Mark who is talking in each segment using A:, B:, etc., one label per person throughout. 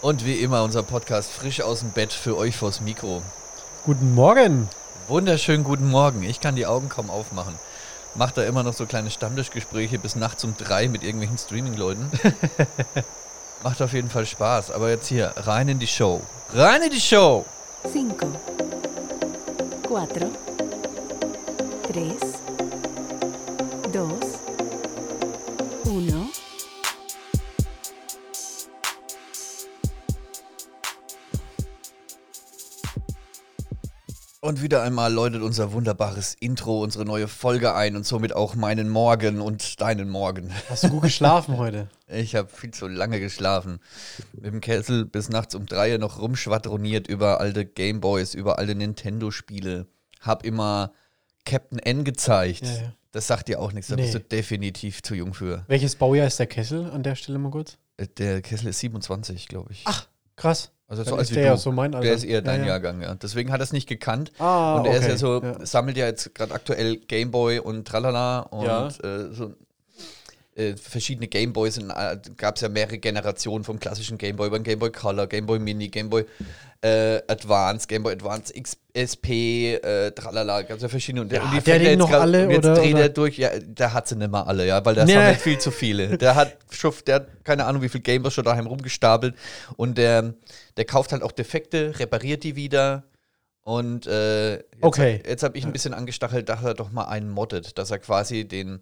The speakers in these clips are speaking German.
A: Und wie immer unser Podcast frisch aus dem Bett für euch vors Mikro.
B: Guten Morgen.
A: Wunderschönen guten Morgen. Ich kann die Augen kaum aufmachen. Macht da immer noch so kleine Stammtischgespräche bis nachts um drei mit irgendwelchen Streaming-Leuten. Macht auf jeden Fall Spaß. Aber jetzt hier, rein in die Show. Rein in die Show!
C: 5, 4, 3, 2, 1.
A: Und wieder einmal läutet unser wunderbares Intro unsere neue Folge ein und somit auch meinen Morgen und deinen Morgen.
B: Hast du gut geschlafen heute?
A: Ich habe viel zu lange geschlafen. Mit dem Kessel bis nachts um drei noch rumschwadroniert über alte Gameboys, über alte Nintendo-Spiele. Hab immer Captain N gezeigt.
B: Ja, ja.
A: Das sagt dir auch nichts, da
B: Nee.
A: bist du definitiv zu jung für.
B: Welches Baujahr ist der Kessel an der Stelle mal kurz?
A: Äh, Der Kessel ist 27, glaube ich.
B: Ach, krass.
A: also
B: dann ist der ja so mein
A: Der
B: Alter.
A: ist eher dein
B: Ja, ja.
A: Jahrgang, ja. Deswegen hat er es nicht gekannt.
B: Ah,
A: und er ist
B: okay.
A: ja so,
B: Ja.
A: sammelt ja jetzt gerade aktuell Gameboy und Tralala und
B: Ja.
A: äh, so äh, verschiedene Gameboys. Äh, Gab es ja mehrere Generationen vom klassischen Gameboy über den Gameboy Color, Gameboy Mini, Gameboy äh, Advance, Gameboy Advance X, SP, äh, Tralala. Gab es ja verschiedene. Und,
B: Ja,
A: und
B: der
A: fängt
B: die
A: jetzt
B: noch
A: grad-
B: alle,
A: und jetzt
B: oder-
A: dreht er
B: oder?
A: durch. Ja, der hat sie nicht mal alle, ja, weil der
B: Nee.
A: sammelt viel zu viele. Der hat, schuff, der hat keine Ahnung, wie viel Gameboys schon daheim rumgestapelt. Und der, der kauft halt auch Defekte, repariert die wieder. Und äh, jetzt,
B: Okay.
A: jetzt habe ich ein bisschen angestachelt, dass er doch mal einen moddet, dass er quasi den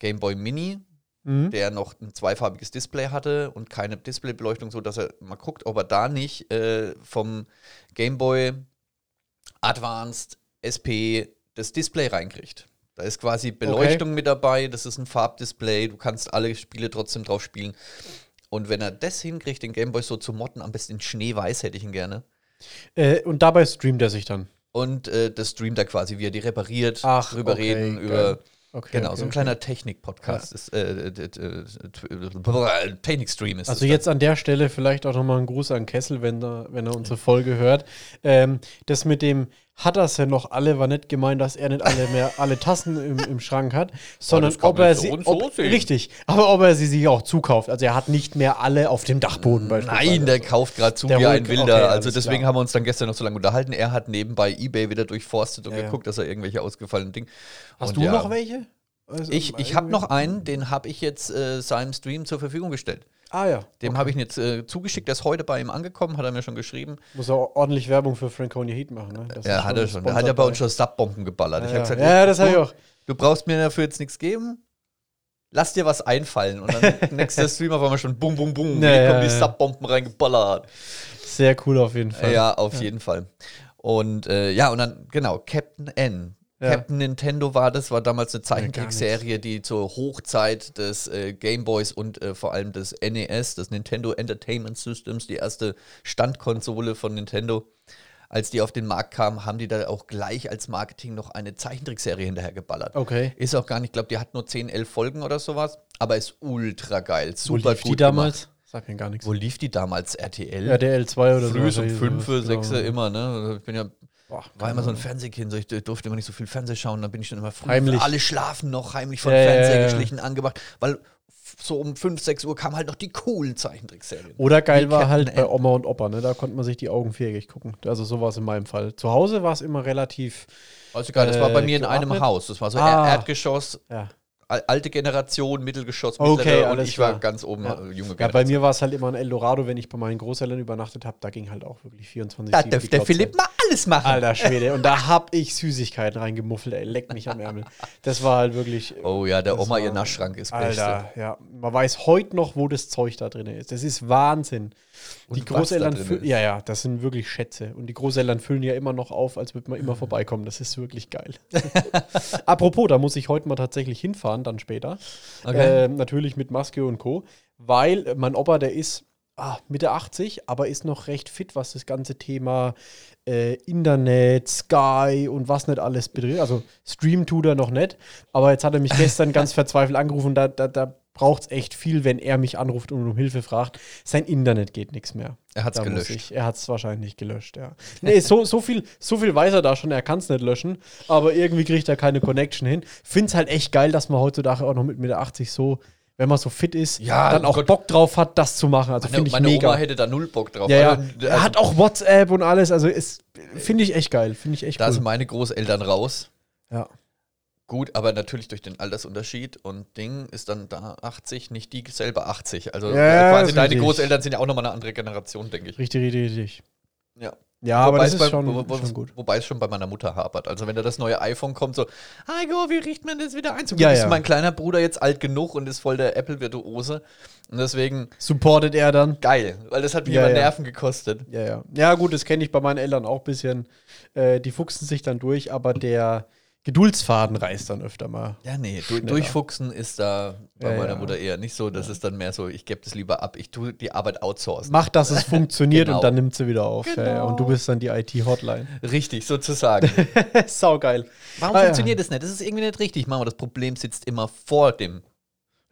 A: Game Boy Mini,
B: Mhm.
A: der noch ein zweifarbiges Display hatte und keine Displaybeleuchtung, so dass er mal guckt, ob er da nicht äh, vom Game Boy Advanced SP das Display reinkriegt. Da ist quasi Beleuchtung mit dabei, das ist ein Farbdisplay, du kannst alle Spiele trotzdem drauf spielen. Und wenn er das hinkriegt, den Gameboy so zu modden, am besten in Schneeweiß hätte ich ihn gerne.
B: Äh, und dabei streamt er sich dann.
A: Und äh, das streamt er quasi, wie er die repariert,
B: Ach,
A: drüber
B: okay,
A: reden,
B: geil.
A: über.
B: Okay,
A: Genau,
B: okay,
A: so ein
B: okay.
A: kleiner Technik-Podcast. ist, äh, d- d- d- Technik-Stream ist
B: Also
A: es
B: jetzt an der Stelle vielleicht auch nochmal ein Gruß an Kessel, wenn, da, wenn er unsere Folge hört. Ähm, das mit dem hat er ja noch alle, war nicht gemeint, dass er nicht alle mehr alle Tassen im, im Schrank hat, sondern
A: das kann
B: ob
A: man
B: er
A: so
B: sie
A: und so
B: ob,
A: sehen.
B: richtig, aber ob er sie sich auch zukauft. Also er hat nicht mehr alle auf dem Dachboden beispielsweise.
A: Nein, der kauft gerade zu
B: Der
A: wie
B: holt-
A: ein Wilder.
B: okay,
A: also
B: alles
A: deswegen
B: klar.
A: haben wir uns dann gestern noch so lange unterhalten. Er hat nebenbei Ebay wieder durchforstet und
B: Ja, ja.
A: geguckt, dass er irgendwelche ausgefallenen Dinge.
B: Hast
A: und
B: du
A: ja.
B: noch welche? Also
A: Ich, ich habe noch einen, den habe ich jetzt äh, seinem Stream zur Verfügung gestellt.
B: Ah ja.
A: Dem habe ich ihn jetzt äh, zugeschickt, der ist heute bei ihm angekommen, hat er mir schon geschrieben.
B: Muss er ordentlich Werbung für Franconia Heat machen, ne? Das
A: Ja,
B: ist
A: hat er schon.
B: Sponsor
A: Da hat er bei
B: bei.
A: uns schon Subbomben geballert. ich
B: Ja,
A: hab gesagt,
B: ja. Ja, das hab ich
A: du-
B: auch.
A: Du brauchst mir dafür jetzt nichts geben. Lass dir was einfallen. Und dann nächster Streamer war mal schon bum, bum, bum.
B: Ja,
A: hier
B: ja,
A: kommen die
B: ja.
A: Subbomben reingeballert.
B: Sehr cool auf jeden Fall.
A: Ja, auf jeden Fall. Und äh, ja, und dann, genau, Captain N.
B: Ja.
A: Captain Nintendo war das, war damals eine
B: nichts.
A: Zeichentrickserie, die zur Hochzeit des äh, Gameboys und äh, vor allem des NES, des Nintendo Entertainment Systems, die erste Standkonsole von Nintendo, als die auf den Markt kam, haben die da auch gleich als Marketing noch eine Zeichentrickserie hinterhergeballert.
B: Okay.
A: Ist auch gar nicht, ich glaube, die hat nur 10, 11 Folgen oder sowas, aber ist ultra geil,
B: Wo
A: super
B: lief
A: gut
B: die damals? Sag mir gar nichts.
A: Gemacht. Wo lief die damals? RTL?
B: RTL 2 oder
A: Früh
B: so.
A: um fünf, sechs
B: im
A: immer, ne? Ich bin ja,
B: genau. Boah,
A: war immer so ein Fernsehkind, so ich durfte immer nicht so viel Fernseh schauen, dann bin ich dann immer früh.
B: Heimlich.
A: Alle schlafen noch heimlich vom
B: Ja, ja,
A: Fernseher
B: ja, ja.
A: geschlichen angemacht, weil f- so um 5, 6 Uhr kamen halt noch die coolen Zeichentrickserien.
B: Oder geil
A: Wie
B: war
A: Captain
B: halt bei
A: N.
B: Oma und Opa, ne? Da konnte man sich die Augen viereckig gucken. Also so war es in meinem Fall. Zu Hause war es immer relativ.
A: Weißt du gar, das war bei
B: Äh,
A: mir in einem
B: geordnet?
A: Haus. Das war so
B: Ah.
A: Er- Erdgeschoss,
B: Ja.
A: al- alte Generation, Mittelgeschoss,
B: Okay,
A: und
B: alles
A: ich war
B: klar.
A: ganz oben,
B: Ja.
A: äh, junge
B: ja, bei mir war es halt immer ein Eldorado, wenn ich bei meinen Großeltern übernachtet habe. Da ging halt auch wirklich 24
A: Da
B: die
A: dürfte der
B: Glotze.
A: Philipp mal alles machen.
B: Alter Schwede. Und da hab ich Süßigkeiten reingemuffelt, ey. Leck mich am Ärmel. Das war halt wirklich.
A: Oh ja, der
B: das
A: Oma,
B: war-
A: ihr Naschschrank ist Beste.
B: Alter, ja. Man weiß heute noch, wo das Zeug da drin ist. Das ist Wahnsinn.
A: Und
B: die
A: was da
B: Großeltern
A: drin
B: füllen.
A: ist.
B: Ja, ja, das sind wirklich Schätze. Und die Großeltern füllen ja immer noch auf, als würde man
A: Mhm.
B: immer vorbeikommen. Das ist wirklich geil. Apropos, da muss ich heute mal tatsächlich hinfahren, dann später.
A: Okay.
B: Ähm, natürlich mit Maske und Co. Weil äh, mein Opa, der ist ah, Mitte 80, aber ist noch recht fit, was das ganze Thema äh, Internet, Sky und was nicht alles betrifft. Also Stream tut er noch nicht. Aber jetzt hat er mich gestern ganz verzweifelt angerufen. Da, da, da braucht es echt viel, wenn er mich anruft und um Hilfe fragt. Sein Internet geht nichts mehr.
A: Er hat's
B: Da muss
A: gelöscht.
B: Ich, er hat es wahrscheinlich gelöscht, ja. Nee, so, so, viel, so viel weiß er da schon, er kann es nicht löschen, aber irgendwie kriegt er keine Connection hin. Find's halt echt geil, dass man heutzutage auch noch mit Mitte 80 so, wenn man so fit ist,
A: Ja,
B: dann
A: oh
B: auch
A: Gott.
B: Bock drauf hat, das zu machen. Also
A: Meine,
B: finde ich
A: meine
B: mega.
A: Oma hätte da null Bock drauf.
B: ja, ja.
A: Also, d-
B: Er
A: also,
B: hat auch WhatsApp und alles. Also ist finde ich echt geil. Finde ich echt
A: da sind
B: cool.
A: meine Großeltern raus.
B: Ja.
A: Gut, aber natürlich durch den Altersunterschied und Ding ist dann da 80, nicht die selber 80. Also
B: Ja,
A: äh, quasi
B: ist
A: deine
B: richtig.
A: Großeltern sind ja auch nochmal eine andere Generation, denke ich.
B: Richtig, richtig, richtig.
A: Ja.
B: Ja, aber das
A: es
B: ist
A: bei,
B: schon,
A: wo, wo,
B: schon gut.
A: Wobei es schon bei meiner Mutter hapert. Also wenn da das neue iPhone kommt, so, Heiko, wie riecht man das wieder ein? Zum
B: Ja,
A: Glück ist
B: ja.
A: mein kleiner Bruder jetzt alt genug und ist voll der Apple-Virtuose. Und deswegen
B: Supportet er dann?
A: geil, weil das hat mir
B: Ja,
A: immer
B: ja.
A: Nerven gekostet.
B: Ja, ja. Ja, gut, das kenne ich bei meinen Eltern auch ein bisschen. Äh, die fuchsen sich dann durch, aber der Geduldsfaden reißt dann öfter mal.
A: Ja, nee, du, durchfuchsen ist da bei
B: Ja,
A: meiner
B: ja.
A: Mutter eher nicht so. Das ist dann mehr so, ich gebe das lieber ab, ich tue die Arbeit outsourcen.
B: Macht, dass es funktioniert
A: Genau.
B: und dann nimmt sie wieder auf. Ja, ja.
A: Genau.
B: Und du bist dann die IT-Hotline.
A: Richtig, sozusagen.
B: Saugeil.
A: Warum funktioniert das nicht? Das ist irgendwie nicht richtig, Mama. Das Problem sitzt immer vor dem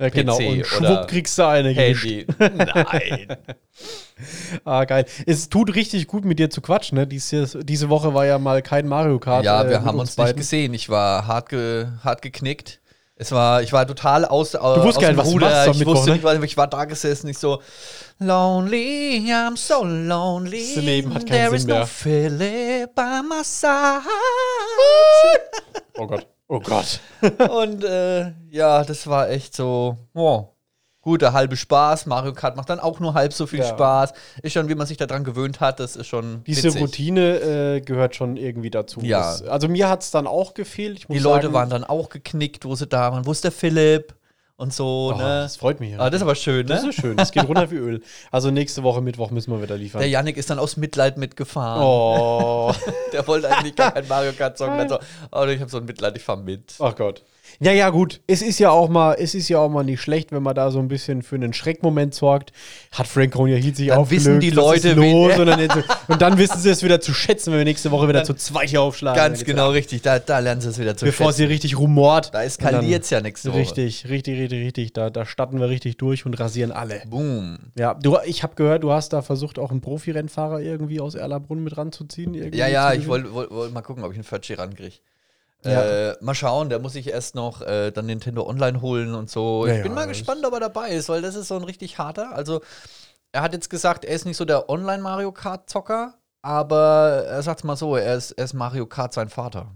B: Ja, genau.
A: PC
B: Und
A: oder
B: schwupp kriegst du eine gewischt.
A: Handy. Nein.
B: Ah, geil. Es tut richtig gut, mit dir zu quatschen. Ne? Dies, diese Woche war ja mal kein Mario Kart.
A: Ja,
B: äh,
A: wir
B: mit
A: haben uns nicht
B: beiden.
A: gesehen. Ich war hart, ge hart geknickt. Es war, ich war total aus, du
B: wusstest
A: aus
B: gar nicht, was du machst am
A: ich
B: Mittwoch,
A: wusste
B: ne?
A: nicht, was- ich war da gesessen, ich so lonely, I'm so lonely.
B: Das Leben hat keinen
A: There
B: Sinn
A: is no
B: mehr.
A: Philip by my side.
B: Oh Gott. Oh Gott.
A: Und äh, ja, das war echt so. Oh. Gut, der halbe Spaß. Mario Kart macht dann auch nur halb so viel
B: Ja.
A: Spaß. Ist schon, wie man sich daran gewöhnt hat, das ist schon.
B: Diese
A: witzig.
B: Routine äh, gehört schon irgendwie dazu.
A: Ja.
B: Das- Also mir hat es dann auch gefehlt. Ich muss
A: Die Leute
B: sagen,
A: waren dann auch geknickt, wo sie da waren. Wo ist der Philipp? Und so,
B: Oh,
A: ne?
B: Das freut mich. ja.
A: Ah, das ist aber schön,
B: Das
A: ne?
B: ist schön, das geht runter wie Öl. Also nächste Woche Mittwoch müssen wir wieder liefern.
A: Der Yannick ist dann aus Mitleid mitgefahren.
B: oh.
A: Der wollte eigentlich gar kein Mario Kart Song. Dann so, oh, ich habe so ein Mitleid, ich fahr mit.
B: Ach Gott. Ja, ja, gut. Es ist ja auch mal, es ist ja auch mal nicht schlecht, wenn man da so ein bisschen für einen Schreckmoment sorgt. Hat Frank Ronja hielt sich
A: Dann
B: auch
A: wissen die
B: was ist
A: Leute, wen-
B: los? Und dann, jetzt, so- und dann wissen sie es wieder zu schätzen, wenn wir nächste Woche wieder
A: Dann-
B: zu zweit hier aufschlagen.
A: Ganz
B: Dann geht's-
A: genau richtig. Da, da lernen sie es wieder zu
B: Bevor
A: schätzen.
B: sie richtig rumort.
A: Da eskaliert es ja nächste Woche.
B: Richtig, richtig, richtig, richtig. Da, da starten wir richtig durch und rasieren alle.
A: Boom.
B: Ja, du, ich habe gehört, du hast da versucht, auch einen Profi-Rennfahrer irgendwie aus Erlabrunn mit ranzuziehen. irgendwie
A: Ja, ja,
B: zu
A: ich
B: gewinnen.
A: wollte wollt, wollt mal gucken, ob ich einen Fertschi rankriege.
B: Ja.
A: Äh, mal schauen, da muss ich erst noch äh, dann Nintendo Online holen und so.
B: Ja,
A: ich bin
B: ja,
A: mal
B: das-
A: gespannt, ob er dabei ist, weil das ist so ein richtig harter. Also, er hat jetzt gesagt, er ist nicht so der Online-Mario Kart-Zocker, aber er sagt mal so, er ist, er ist Mario Kart sein Vater.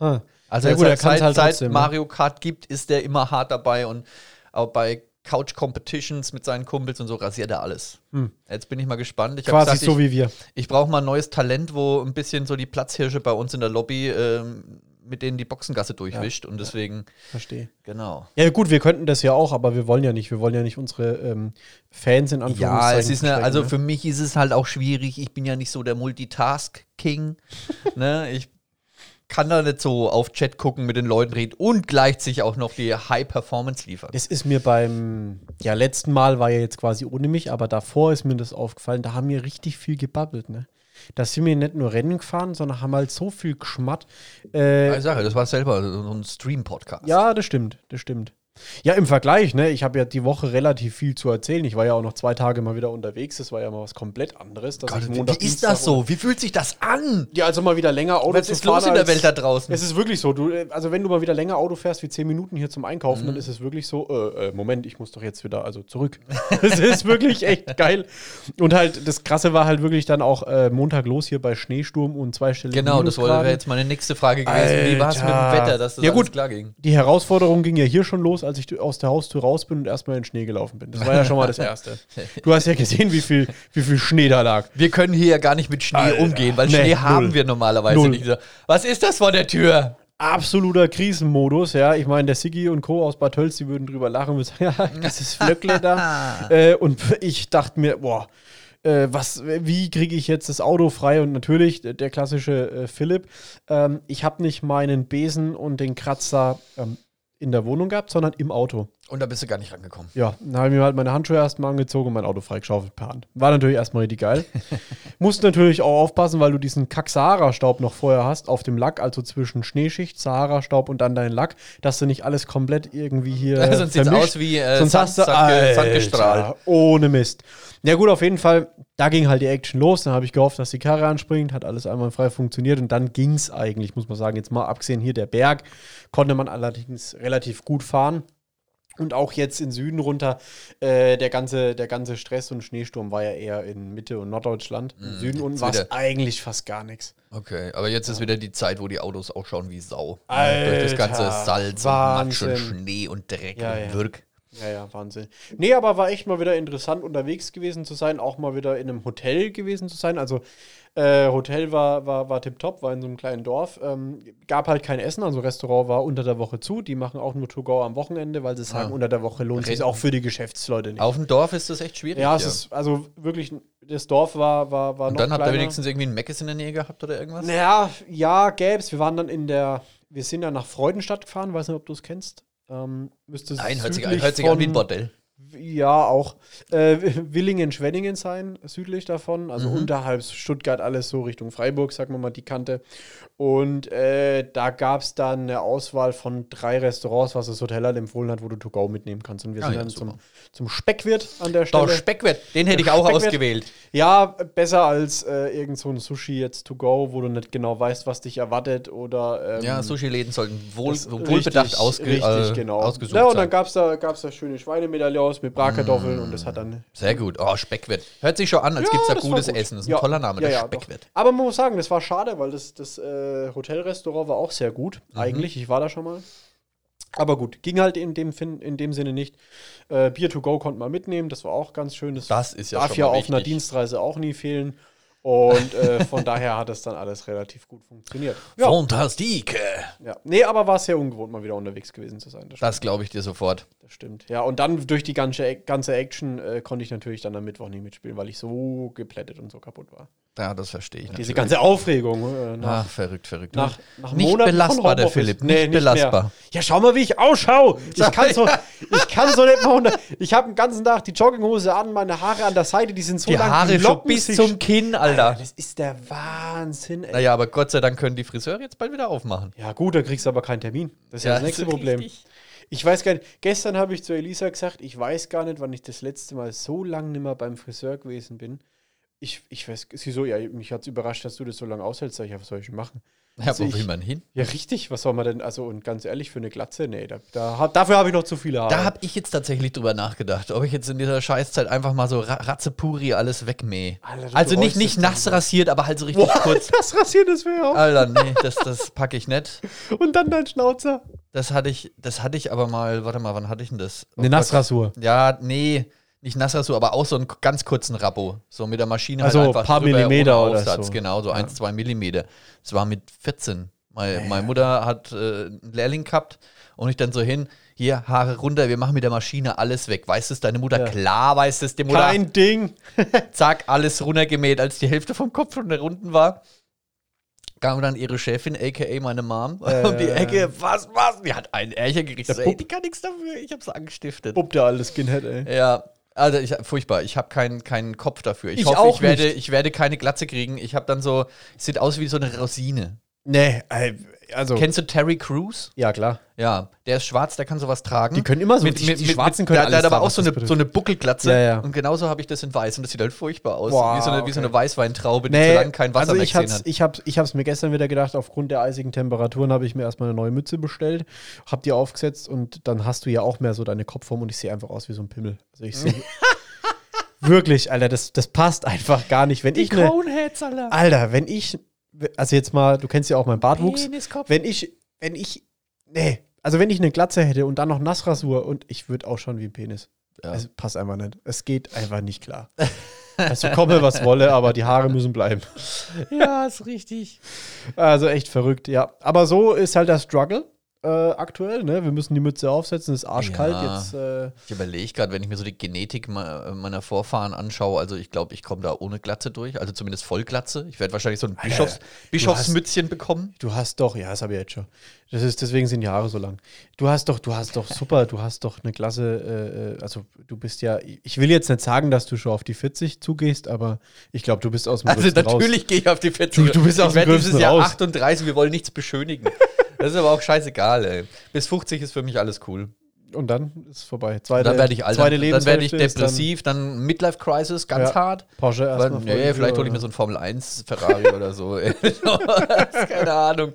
B: Ha.
A: Also
B: Ja,
A: er
B: gut,
A: sagt,
B: er kann's
A: seit,
B: halt
A: seit
B: trotzdem, ne?
A: Mario Kart gibt, ist der immer hart dabei und auch bei Couch Competitions mit seinen Kumpels und so rasiert er alles.
B: Hm.
A: Jetzt bin ich mal gespannt. Ich hab
B: Quasi
A: gesagt,
B: so
A: ich,
B: wie wir.
A: ich brauche mal ein neues Talent, wo ein bisschen so die Platzhirsche bei uns in der Lobby ähm, mit denen die Boxengasse durchwischt und deswegen
B: Verstehe.
A: genau.
B: Ja, gut, wir könnten das ja auch, aber wir wollen ja nicht. Wir wollen ja nicht unsere ähm, Fans in Anführungszeichen.
A: Ja, es ist eine,
B: verschrecken,
A: also
B: ne?
A: für mich ist es halt auch schwierig. Ich bin ja nicht so der Multitask King. ne? Ich kann da nicht so auf Chat gucken, mit den Leuten reden und gleichzeitig auch noch die High Performance liefern.
B: Das ist mir beim ja, letzten Mal war ja jetzt quasi ohne mich, aber davor ist mir das aufgefallen, da haben wir richtig viel gebabbelt, ne? Da sind wir nicht nur Rennen gefahren, sondern haben halt so viel geschmatt. Äh,
A: Ja, ich sage, das war selber so ein Stream-Podcast.
B: ja, das stimmt, das stimmt. Ja, im Vergleich, ne? Ich habe ja die Woche relativ viel zu erzählen. Ich war ja auch noch zwei Tage mal wieder unterwegs. Das war ja mal was komplett anderes. dass
A: Gott,
B: ich
A: wie
B: Montag,
A: wie ist
B: Dienstag
A: das so? Wie fühlt sich das an?
B: Ja, also mal wieder länger Auto
A: Was
B: zu
A: ist
B: fahren.
A: los in der
B: als-
A: Welt da draußen?
B: Es ist wirklich so. Du, äh, also wenn du mal wieder länger Auto fährst wie 10 Minuten hier zum Einkaufen,
A: Mhm.
B: dann ist es wirklich so, äh, äh, Moment, ich muss doch jetzt wieder, also zurück. Es ist wirklich echt geil. Und halt, das Krasse war halt wirklich dann auch äh, Montag los hier bei Schneesturm und zweistelligen
A: Genau, das
B: Minusgraden.
A: wäre jetzt meine nächste Frage gewesen. Wie war es mit dem
B: Alter.
A: Wetter, dass das
B: Ja,
A: alles
B: gut.
A: klar ging?
B: Die Herausforderung ging ja hier schon los, als ich d- aus der Haustür raus bin und erstmal in den Schnee gelaufen bin. Das war ja schon mal das Erste. Du hast ja gesehen, wie viel, wie viel Schnee da lag.
A: Wir können hier ja gar nicht mit Schnee
B: Alter.
A: umgehen, weil
B: Nee,
A: Schnee
B: null.
A: haben wir normalerweise
B: Null.
A: nicht. Was ist das vor der Tür?
B: absoluter Krisenmodus, ja. Ich meine, der Siggi und Co. aus Bad Tölz, die würden drüber lachen und sagen, ja, das ist Flöckle da. äh, und ich dachte mir, boah, äh, was, wie kriege ich jetzt das Auto frei? Und natürlich der- der klassische äh, Philipp, ähm, ich habe nicht meinen Besen und den Kratzer ähm, in der Wohnung gehabt, sondern im Auto.
A: Und da bist du gar nicht rangekommen.
B: Ja, dann habe ich mir halt meine Handschuhe erstmal angezogen und mein Auto freigeschaufelt per Hand. War natürlich erstmal richtig geil. Musst natürlich auch aufpassen, weil du diesen Kack-Sahara-Staub noch vorher hast auf dem Lack, also zwischen Schneeschicht, Sahara-Staub und dann dein Lack, dass du nicht alles komplett irgendwie hier.
A: Sonst sieht's
B: vermischt.
A: aus wie, äh,
B: Sonst
A: Sand-
B: hast du
A: Sand- Sand-
B: Alter,
A: Sandgestrahlt.
B: Ohne Mist. Ja, gut, auf jeden Fall, da ging halt die Action los. Dann habe ich gehofft, dass die Karre anspringt, hat alles einmal frei funktioniert und dann ging es eigentlich, muss man sagen. Jetzt mal abgesehen hier der Berg, konnte man allerdings relativ gut fahren. Und auch jetzt in Süden runter, äh, der, ganze, der ganze Stress und Schneesturm war ja eher in Mitte und Norddeutschland. Im Süden unten war es
A: Mhm. wieder-
B: eigentlich fast gar nichts.
A: Okay, aber jetzt ist wieder die Zeit, wo die Autos ausschauen wie Sau.
B: Alter,
A: Durch das ganze Salz und Matsch
B: Wahnsinn.
A: und Schnee und Dreck
B: Ja, ja.
A: und Wirk.
B: Ja, ja, Wahnsinn. Nee, aber war echt mal wieder interessant, unterwegs gewesen zu sein, auch mal wieder in einem Hotel gewesen zu sein. Also, äh, Hotel war, war, war tipptopp, war in so einem kleinen Dorf. Ähm, gab halt kein Essen, also Restaurant war unter der Woche zu. Die machen auch nur To-Go am Wochenende, weil sie sagen,
A: Ah.
B: unter der Woche lohnt sich
A: Reden.
B: auch für die Geschäftsleute nicht.
A: Auf dem Dorf ist das echt schwierig.
B: ja, es
A: hier.
B: ist, also wirklich, das Dorf war, war, war
A: und
B: noch
A: dann habt ihr
B: kleiner.
A: wenigstens irgendwie ein Meckes in der Nähe gehabt oder irgendwas?
B: Naja, ja, gäb's. Wir waren dann in der, wir sind dann nach Freudenstadt gefahren, weiß nicht, ob du es kennst. Ähm, müsste
A: Nein, hört sich, an-
B: südlich
A: hört sich an wie ein
B: von-
A: Bordell.
B: Ja, auch. Äh, Willingen-Schwenningen sein, südlich davon, also
A: Mhm.
B: unterhalb Stuttgart, alles so Richtung Freiburg, sagen wir mal, die Kante. Und äh, da gab es dann eine Auswahl von drei Restaurants, was das Hotel halt empfohlen hat, wo du To-Go mitnehmen kannst. Und wir
A: Ah,
B: sind
A: ja,
B: dann
A: super.
B: zum, zum Speckwirt an der
A: Der
B: Stelle.
A: Speckwert, den hätte ich
B: Der
A: auch
B: Speckwert.
A: ausgewählt.
B: Ja, besser als äh, irgend so ein Sushi jetzt to go, wo du nicht genau weißt, was dich erwartet oder ähm,
A: Ja, Sushi-Läden sollten wohl,
B: das-
A: wohlbedacht ausge,
B: richtig,
A: äh,
B: genau.
A: ausgesucht
B: ja, und dann
A: sein.
B: gab's da, gab's da schöne Schweinemedaillons mit Bratkartoffeln und das hat dann
A: Sehr gut. Oh, Speckwert. Hört sich schon an, als gibt's
B: ja,
A: gibt es
B: das
A: da
B: war
A: gutes
B: gut.
A: Essen. Das ist
B: Ja,
A: ein toller Name,
B: ja,
A: der
B: ja,
A: Speckwert.
B: doch. Aber man muss sagen, das war schade, weil das, das äh, Hotelrestaurant war auch sehr gut.
A: Mhm.
B: Eigentlich, ich war da schon mal. Aber gut, ging halt in dem, Fin- in dem Sinne nicht. Äh, Bier to go konnte man mitnehmen, das war auch ganz schön. Das,
A: Das ist ja
B: darf
A: schon
B: ja
A: mal
B: auf einer
A: wichtig.
B: Dienstreise auch nie fehlen. Und äh, von daher hat das dann alles relativ gut funktioniert. Ja,
A: Fantastique.
B: ja. Nee, aber war sehr ungewohnt, mal wieder unterwegs gewesen zu sein. Das,
A: Das glaube ich dir sofort.
B: das stimmt. Ja, und dann durch die ganze, ganze Action äh, konnte ich natürlich dann am Mittwoch nicht mitspielen, weil ich so geplättet und so kaputt war.
A: Ja, das verstehe ich
B: Diese
A: natürlich.
B: ganze Aufregung äh, nach,
A: Ach, verrückt, verrückt.
B: nach, nach
A: nicht
B: Monaten von
A: belastbar, der
B: Homeoffice.
A: Philipp.
B: Nee,
A: nicht belastbar.
B: Mehr. Ja, schau mal, wie ich ausschau. Ich kann so, ich kann so nicht mal unter, Ich habe den ganzen Tag die Jogginghose an, meine Haare an der Seite, die sind so
A: Die
B: lang.
A: Haare
B: die
A: schon
B: locken
A: bis
B: sich-
A: zum Kinn, Alter.
B: Das ist der Wahnsinn, ey.
A: Naja, aber Gott sei Dank können die Friseure jetzt bald wieder aufmachen.
B: Ja, gut, dann kriegst du aber keinen Termin. Das ist ja, das nächste Problem.
A: richtig.
B: Ich weiß gar nicht, gestern habe ich zu Elisa gesagt, ich weiß gar nicht, wann ich das letzte Mal so lange nicht mehr beim Friseur gewesen bin. Ich, ich weiß, sie so, ja, mich hat es überrascht, dass du das so lange aushältst. Sag ich, ja, was soll ich denn machen?
A: Ja,
B: Also
A: wo
B: ich-
A: will man hin?
B: Ja, richtig. Was soll man denn? Also, und ganz ehrlich, für eine Glatze, nee, da, da, hab- dafür habe ich noch zu viele Haare.
A: Da habe ich jetzt tatsächlich drüber nachgedacht, ob ich jetzt in dieser Scheißzeit einfach mal so ra ratzepuri alles wegmähe.
B: Alter, du
A: also nicht,
B: bereust
A: nicht
B: es dann
A: nass
B: so.
A: rasiert, aber halt so richtig kurz.
B: das rasieren, das wäre auch.
A: Alter, nee, das, das packe ich nicht.
B: Und dann dein Schnauzer.
A: Das hatte ich, das hatte ich aber mal, warte mal, wann hatte ich denn das? Oh
B: Eine
A: Gott.
B: Nassrasur.
A: Ja, nee, nicht Nassrasur, aber auch so einen ganz kurzen Rappo. So mit der Maschine halt
B: Also paar
A: drüber,
B: Millimeter
A: ohne
B: oder
A: Aufsatz,
B: so.
A: Genau, so
B: Ja.
A: ein, zwei Millimeter. Das war mit 14. Meine, meine Mutter hat äh, einen Lehrling gehabt und ich dann so hin, hier, Haare runter, wir machen mit der Maschine alles weg. Weiß es deine Mutter?
B: Ja.
A: Klar weiß es die Mutter.
B: Kein Ding.
A: Zack, alles runtergemäht, als die Hälfte vom Kopf schon unten war. Kam dann ihre Chefin, aka meine Mom,
B: Äh.
A: um die Ecke. Was, was? Die hat einen Ärger gekriegt.
B: Der
A: So, ey,
B: Bub.
A: die kann nichts dafür, ich hab's angestiftet.
B: Bub, der alles Skinhead, ey.
A: Ja, also ich, furchtbar. Ich habe keinen keinen Kopf dafür. Ich,
B: Ich
A: hoffe,
B: auch
A: ich werde,
B: nicht.
A: ich werde keine Glatze kriegen. Ich habe dann so, ich sieht aus wie so eine Rosine.
B: Nee, ey, also.
A: Kennst du Terry Crews?
B: ja, klar.
A: Ja, der ist schwarz, der kann sowas tragen.
B: Die können immer so-
A: mit,
B: die-
A: mit,
B: die
A: mit,
B: Schwarzen
A: mit,
B: können
A: der- Der
B: alles
A: hat aber
B: tragen,
A: auch
B: was
A: so
B: das
A: eine, so eine Buckelglatze.
B: Ja, ja.
A: Und genauso habe ich das in weiß. Und das sieht halt furchtbar aus.
B: Boah,
A: wie so eine, wie so eine
B: okay.
A: Weißweintraube, die so lange kein Wasser
B: also
A: mehr
B: ich hab's,
A: gesehen hat.
B: Ich hab's, ich hab's mir gestern wieder gedacht, aufgrund der eisigen Temperaturen habe ich mir erstmal eine neue Mütze bestellt, hab die aufgesetzt und dann hast du ja auch mehr so deine Kopfform und ich sehe einfach aus wie so ein Pimmel. Also ich sehe. wirklich, Alter, das, das passt einfach gar nicht. Wenn ich ne,
A: Coneheads, Alter.
B: Alter, wenn ich. Also jetzt mal, du kennst ja auch meinen Bartwuchs.
A: Peniskopf.
B: Wenn ich, wenn ich. Nee. Also wenn ich eine Glatze hätte und dann noch Nassrasur und ich würde auch schon wie ein Penis.
A: Ja.
B: Es passt einfach nicht. Es geht einfach nicht klar. Also komme, was wolle, aber die Haare müssen bleiben.
A: ja, ist richtig.
B: Also echt verrückt, ja. Aber so ist halt der Struggle äh, aktuell, ne? Wir müssen die Mütze aufsetzen, ist arschkalt
A: Ja.
B: jetzt. Äh,
A: Ich überlege gerade, wenn ich mir so die Genetik me- meiner Vorfahren anschaue, also ich glaube, ich komme da ohne Glatze durch, also zumindest Vollglatze. Ich werde wahrscheinlich so ein Bischofs Bischofsmützchen bekommen.
B: du hast doch, ja, das habe ich jetzt schon. Das ist, deswegen sind die Haare so lang. Du hast doch, du hast doch super, du hast doch eine klasse, äh, äh, also du bist ja, ich will jetzt nicht sagen, dass du schon auf die 40 zugehst, aber ich glaube, du bist aus dem
A: Also
B: Gröbsten raus.
A: natürlich gehe ich auf die 40.
B: Du- du bist
A: ich
B: aus dem
A: werd
B: Gröbsten
A: dieses Jahr
B: raus.
A: 38, wir wollen nichts beschönigen. das ist aber auch scheißegal, ey. Bis 50 ist für mich alles cool.
B: Und dann ist es vorbei. Zweite,
A: Dann werde ich alt,
B: zweite
A: dann werde ich
B: Lebenshälfte ist
A: depressiv, dann, Midlife-Crisis, ganz
B: Ja.
A: hart.
B: Dann Porsche
A: Weil,
B: erstmal. vor
A: nee,
B: die
A: vielleicht
B: Tür,
A: hole ich mir
B: oder?
A: so einen Formel-1 Ferrari oder so. ey. Keine Ahnung.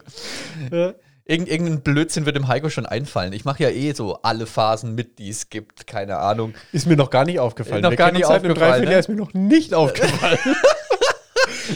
B: Ja.
A: Irgend, irgendein Blödsinn wird dem Heiko schon einfallen. Ich mache ja eh so alle Phasen mit, die es gibt. Keine Ahnung.
B: Ist mir noch gar nicht aufgefallen.
A: Noch
B: Wir
A: gar
B: kennen uns
A: nicht
B: seit einem
A: aufgefallen,
B: Dreivierteljahr,
A: ne? Also,
B: ist mir noch nicht aufgefallen.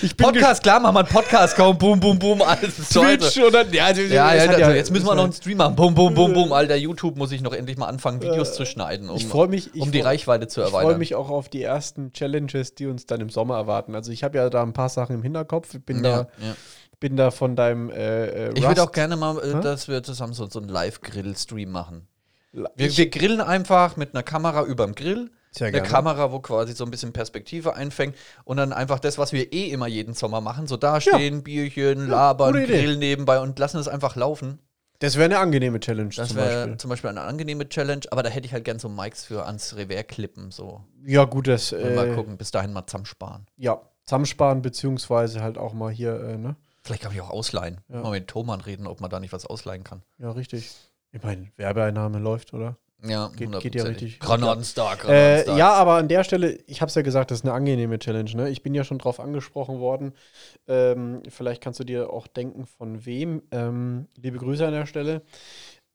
B: ich bin
A: Podcast, klar, machen wir einen Podcast. Komm, boom, boom, boom. Alles ist
B: gespannt.
A: heute.
B: Twitch oder? Ja, also,
A: Ja,
B: das
A: ja,
B: hat
A: also jetzt müssen wir
B: das
A: noch
B: war-
A: einen Stream machen. Bum, bum, bum, bum. Alter, YouTube muss ich noch endlich mal anfangen, Videos zu schneiden, um,
B: ich freu mich- ich
A: um die
B: freu-
A: Reichweite zu
B: Ich freue
A: erweitern.
B: mich auch auf die ersten Challenges, die uns dann im Sommer erwarten. Also ich habe ja da ein paar Sachen im Hinterkopf. Ich bin,
A: Ja,
B: da,
A: ja.
B: bin da von deinem äh, äh,
A: Ich würde
B: Rust-
A: auch gerne mal, äh,
B: Hä?
A: dass wir zusammen so, so einen Live-Grill-Stream machen. Wir,
B: Ich-
A: wir grillen einfach mit einer Kamera überm Grill.
B: Sehr
A: eine
B: gerne.
A: Kamera, wo quasi so ein bisschen Perspektive einfängt und dann einfach das, was wir eh immer jeden Sommer machen, so dastehen, Bierchen, labern,
B: gute Idee.
A: Grill nebenbei und lassen es einfach laufen.
B: Das wäre eine angenehme Challenge
A: Das
B: zum
A: wäre
B: Beispiel.
A: zum Beispiel eine angenehme Challenge, aber da hätte ich halt gern so Mikes für ans Revers klippen, so.
B: Ja, gut, das
A: Und mal
B: äh,
A: gucken, bis dahin mal zusammensparen.
B: ja, zusammensparen, beziehungsweise halt auch mal hier, äh, ne?
A: Vielleicht kann ich auch ausleihen.
B: Ja.
A: Mal mit Thomann reden, ob man da nicht was ausleihen kann.
B: Ja, richtig. Ich meine, Werbeeinnahme läuft, oder?
A: Ja,
B: Geht- geht ja richtig.
A: Granatenstark,
B: Äh, ja, aber an der Stelle, ich habe es ja gesagt, das ist eine angenehme Challenge. Ne? Ich bin ja schon drauf angesprochen worden. Ähm, vielleicht kannst du dir auch denken, von wem. Ähm, liebe Grüße an der Stelle.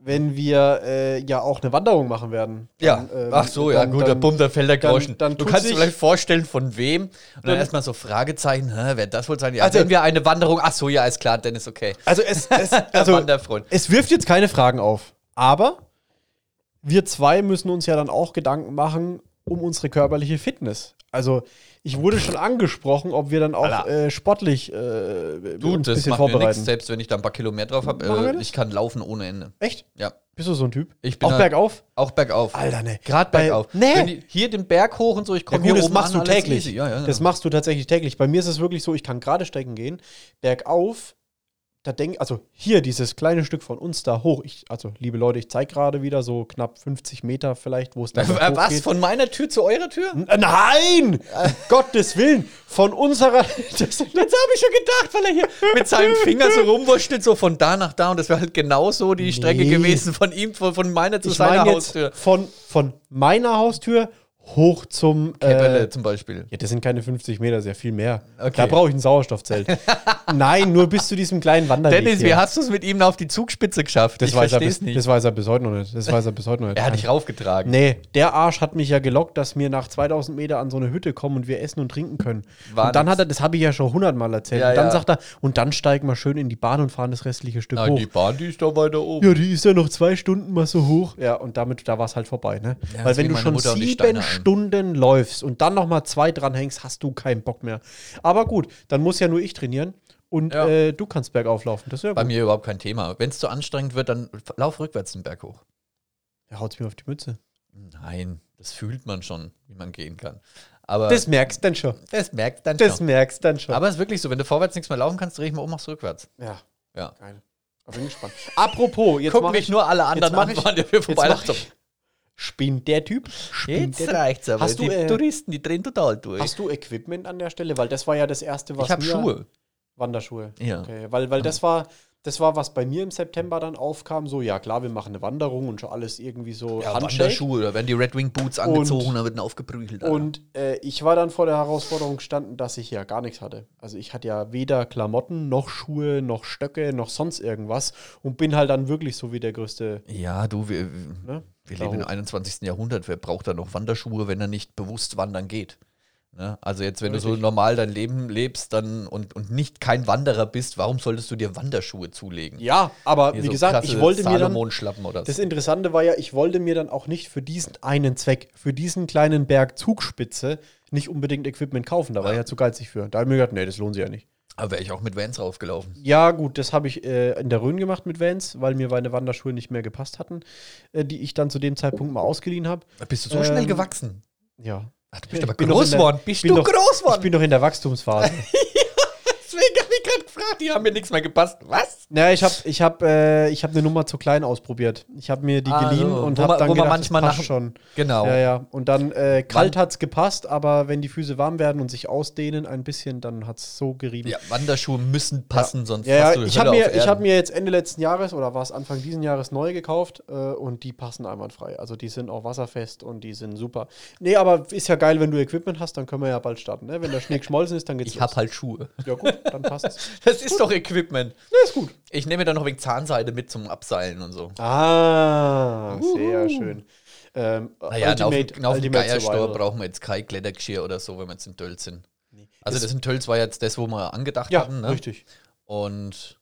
B: Wenn wir äh, ja auch eine Wanderung machen werden.
A: Ja,
B: Dann, ähm,
A: ach so, ja,
B: dann-
A: gut, der
B: dann-
A: Bumm, der fällt der
B: dann-
A: Groschen.
B: dann
A: du
B: tut
A: kannst dir
B: sich-
A: vielleicht vorstellen, von wem. Und dann
B: Dann-
A: erstmal so Fragezeichen, hä, wer das wohl sein? Ja,
B: Also-
A: wenn wir eine Wanderung, ach so, ja, ist klar, Dennis, okay.
B: Also es, es,
A: Der
B: also
A: Wanderfreund.
B: es wirft jetzt keine Fragen auf, aber wir zwei müssen uns ja dann auch Gedanken machen um unsere körperliche Fitness. Also ich wurde schon angesprochen, ob wir dann auch
A: Alter.
B: äh, sportlich äh,
A: Du,
B: uns ein
A: das
B: bisschen
A: macht mir nichts,
B: vorbereiten.
A: selbst wenn ich da ein paar Kilo mehr drauf habe.
B: Machen wir
A: Äh,
B: das?
A: ich kann laufen ohne Ende.
B: Echt?
A: Ja,
B: Bist du so ein Typ?
A: Ich bin
B: auch
A: halt-
B: bergauf?
A: auch bergauf.
B: Alter, ne.
A: Gerade
B: Bei-
A: bergauf.
B: Nee.
A: Wenn die, hier den Berg hoch und so, ich
B: Ja,
A: komme hier
B: gut, das
A: oben
B: machst
A: an,
B: du
A: alles
B: täglich.
A: easy. Ja, ja, ja.
B: Das machst du tatsächlich täglich. Bei mir ist es wirklich so, ich kann gerade stecken gehen, bergauf, da denk, also hier dieses kleine Stück von uns da hoch, ich, also liebe Leute, ich zeige gerade wieder so knapp 50 Meter vielleicht, wo es da noch
A: Äh, Was, Äh.
B: hochgeht.
A: von meiner Tür zu eurer Tür?
B: N- Nein! Um Gottes Willen! Von unserer. Das,
A: Das habe ich schon gedacht, weil er hier mit seinem Finger so rumwurschtelt, so von da nach da. Und das wäre halt genauso die Strecke
B: Nee.
A: gewesen von ihm, von, von meiner zu
B: ich
A: seiner
B: meine jetzt
A: Haustür.
B: von, von meiner Haustür hoch zum.
A: Kapelle
B: Äh,
A: zum Beispiel.
B: ja, das sind keine 50 Meter, sehr viel mehr.
A: Okay.
B: Da brauche ich ein Sauerstoffzelt. Nein, nur bis zu diesem kleinen Wanderweg.
A: Dennis,
B: hier.
A: wie hast du es mit ihm auf die Zugspitze geschafft?
B: Das weiß, er
A: versteh's
B: bis, das weiß er bis heute noch nicht. Das weiß er bis heute noch nicht.
A: Er hat dich raufgetragen.
B: Nee, der Arsch hat mich ja gelockt, dass wir nach 2000 Meter an so eine Hütte kommen und wir essen und trinken können.
A: War
B: und dann
A: nix.
B: hat er, das habe ich ja schon hundertmal erzählt.
A: Ja,
B: und dann
A: ja.
B: sagt er, und dann steigen wir schön in die Bahn und fahren das restliche Stück
A: Nein,
B: hoch.
A: die Bahn, die ist da weiter oben.
B: Ja, die ist ja noch zwei Stunden mal so hoch. Ja, und damit, da war es halt vorbei, ne?
A: Ja,
B: Weil
A: deswegen
B: wenn du
A: meine
B: schon
A: Mutter und die Steine
B: sieben
A: ein.
B: Stunden läufst und dann nochmal zwei dranhängst, hast du keinen Bock mehr. Aber gut, dann muss ja nur ich trainieren und
A: Ja.
B: äh, du kannst bergauf laufen. Das ist ja
A: Bei
B: gut.
A: mir überhaupt kein Thema. Wenn es zu anstrengend wird, dann f- lauf rückwärts den Berg hoch.
B: Er haut's mir auf die Mütze.
A: Nein, das fühlt man schon, wie man gehen kann. Aber
B: Das merkst dann schon.
A: das merkt dann
B: Das merkst dann schon.
A: Äh, Aber es ist wirklich so, wenn du vorwärts nichts mehr laufen kannst, dreh ich mal um, mach's rückwärts.
B: ja,
A: Ja.
B: geil. Ich bin gespannt. Apropos, jetzt
A: Gucken
B: mache
A: mich
B: ich,
A: nur alle anderen
B: mach
A: an,
B: ich-
A: wann der mir
B: mach
A: vorbeilaufen.
B: ich. Spinnt der Typ? Spinnt
A: Jetzt
B: der Typ?
A: reicht's aber.
B: Hast du,
A: die
B: äh,
A: Touristen, die drehen total durch.
B: Hast du Equipment an der Stelle? Weil das war ja das Erste, was
A: ich habe
B: mir-
A: Schuhe.
B: Wanderschuhe.
A: Ja.
B: Okay, weil, weil das war, das war, was bei mir im September dann aufkam. So, ja klar, wir machen eine Wanderung und schon alles irgendwie so
A: Ja,
B: Handschuhe.
A: Wanderschuhe. Da werden die Red Wing Boots angezogen, da wird aufgeprügelt. Alter.
B: Und äh, ich war dann vor der Herausforderung gestanden, dass ich ja gar nichts hatte. Also ich hatte ja weder Klamotten noch Schuhe noch Stöcke noch sonst irgendwas und bin halt dann wirklich so wie der größte.
A: ja, du, wir,
B: Ne?
A: wir
B: Da
A: leben im
B: hoch.
A: 21. Jahrhundert. Wer braucht da noch Wanderschuhe, wenn er nicht bewusst wandern geht? Ne? Also jetzt, wenn du so
B: Richtig.
A: normal dein Leben lebst dann und, und nicht kein Wanderer bist, warum solltest du dir Wanderschuhe zulegen?
B: Ja, aber
A: Hier
B: wie
A: so
B: gesagt,
A: krasse
B: ich wollte mir dann
A: Salomon-Schlappen oder so.
B: Das Interessante war ja, ich wollte mir dann auch nicht für diesen einen Zweck, für diesen kleinen Berg Zugspitze, nicht unbedingt Equipment kaufen. Da war ich ja zu geizig für. Da habe ich mir gedacht, nee, das lohnt sich ja nicht.
A: Aber wäre ich auch mit Vans raufgelaufen.
B: Ja, gut, das habe ich äh, in der Rhön gemacht mit Vans, weil mir meine Wanderschuhe nicht mehr gepasst hatten, äh, die ich dann zu dem Zeitpunkt mal ausgeliehen habe.
A: Bist du so
B: Ähm,
A: schnell gewachsen?
B: Ja.
A: Ach, du bist aber
B: bin noch in
A: groß
B: der-
A: geworden. Bist
B: bin
A: du
B: noch-
A: groß
B: Ich
A: geworden?
B: bin noch in der Wachstumsphase.
A: Deswegen habe ich gerade gefragt, die haben mir nichts mehr gepasst. Was?
B: naja, ich habe ich hab, äh, ich hab eine Nummer zu klein ausprobiert. Ich habe mir die
A: Ah,
B: geliehen
A: so.
B: und
A: Wo
B: habe
A: man-
B: dann
A: wo man
B: gedacht,
A: manchmal
B: das passt
A: nach-
B: schon.
A: Genau.
B: Ja, ja. Und dann äh, kalt
A: Wann-
B: hat's gepasst, aber wenn die Füße warm werden und sich ausdehnen ein bisschen, dann hat's so gerieben.
A: Ja, Wanderschuhe müssen passen, sonst
B: Ja,
A: hast
B: ja,
A: du Hölle
B: ich habe
A: auf
B: mir, ich
A: Erden.
B: hab mir jetzt Ende letzten Jahres oder war es Anfang diesen Jahres neu gekauft äh, und die passen einwandfrei. Also die sind auch wasserfest und die sind super. Nee, aber ist ja geil, wenn du Equipment hast, dann können wir ja bald starten. Ne? Wenn der Schnee geschmolzen ist, dann geht's
A: Ich hab halt Schuhe.
B: Ja gut, dann passt es.
A: Das Das ist doch Equipment.
B: Ja, ist gut.
A: Ich nehme da noch wegen Zahnseide mit zum Abseilen und so.
B: Ah, sehr schön. Ähm,
A: Naja, auf,
B: Ultimate-
A: dem- auf dem
B: Ultimate
A: Geierstor
B: Survival.
A: brauchen wir jetzt kein Klettergeschirr oder so, wenn wir jetzt in Tölz sind. Also das in Tölz war jetzt das, wo wir angedacht
B: Ja,
A: hatten. Ne?
B: richtig.
A: Und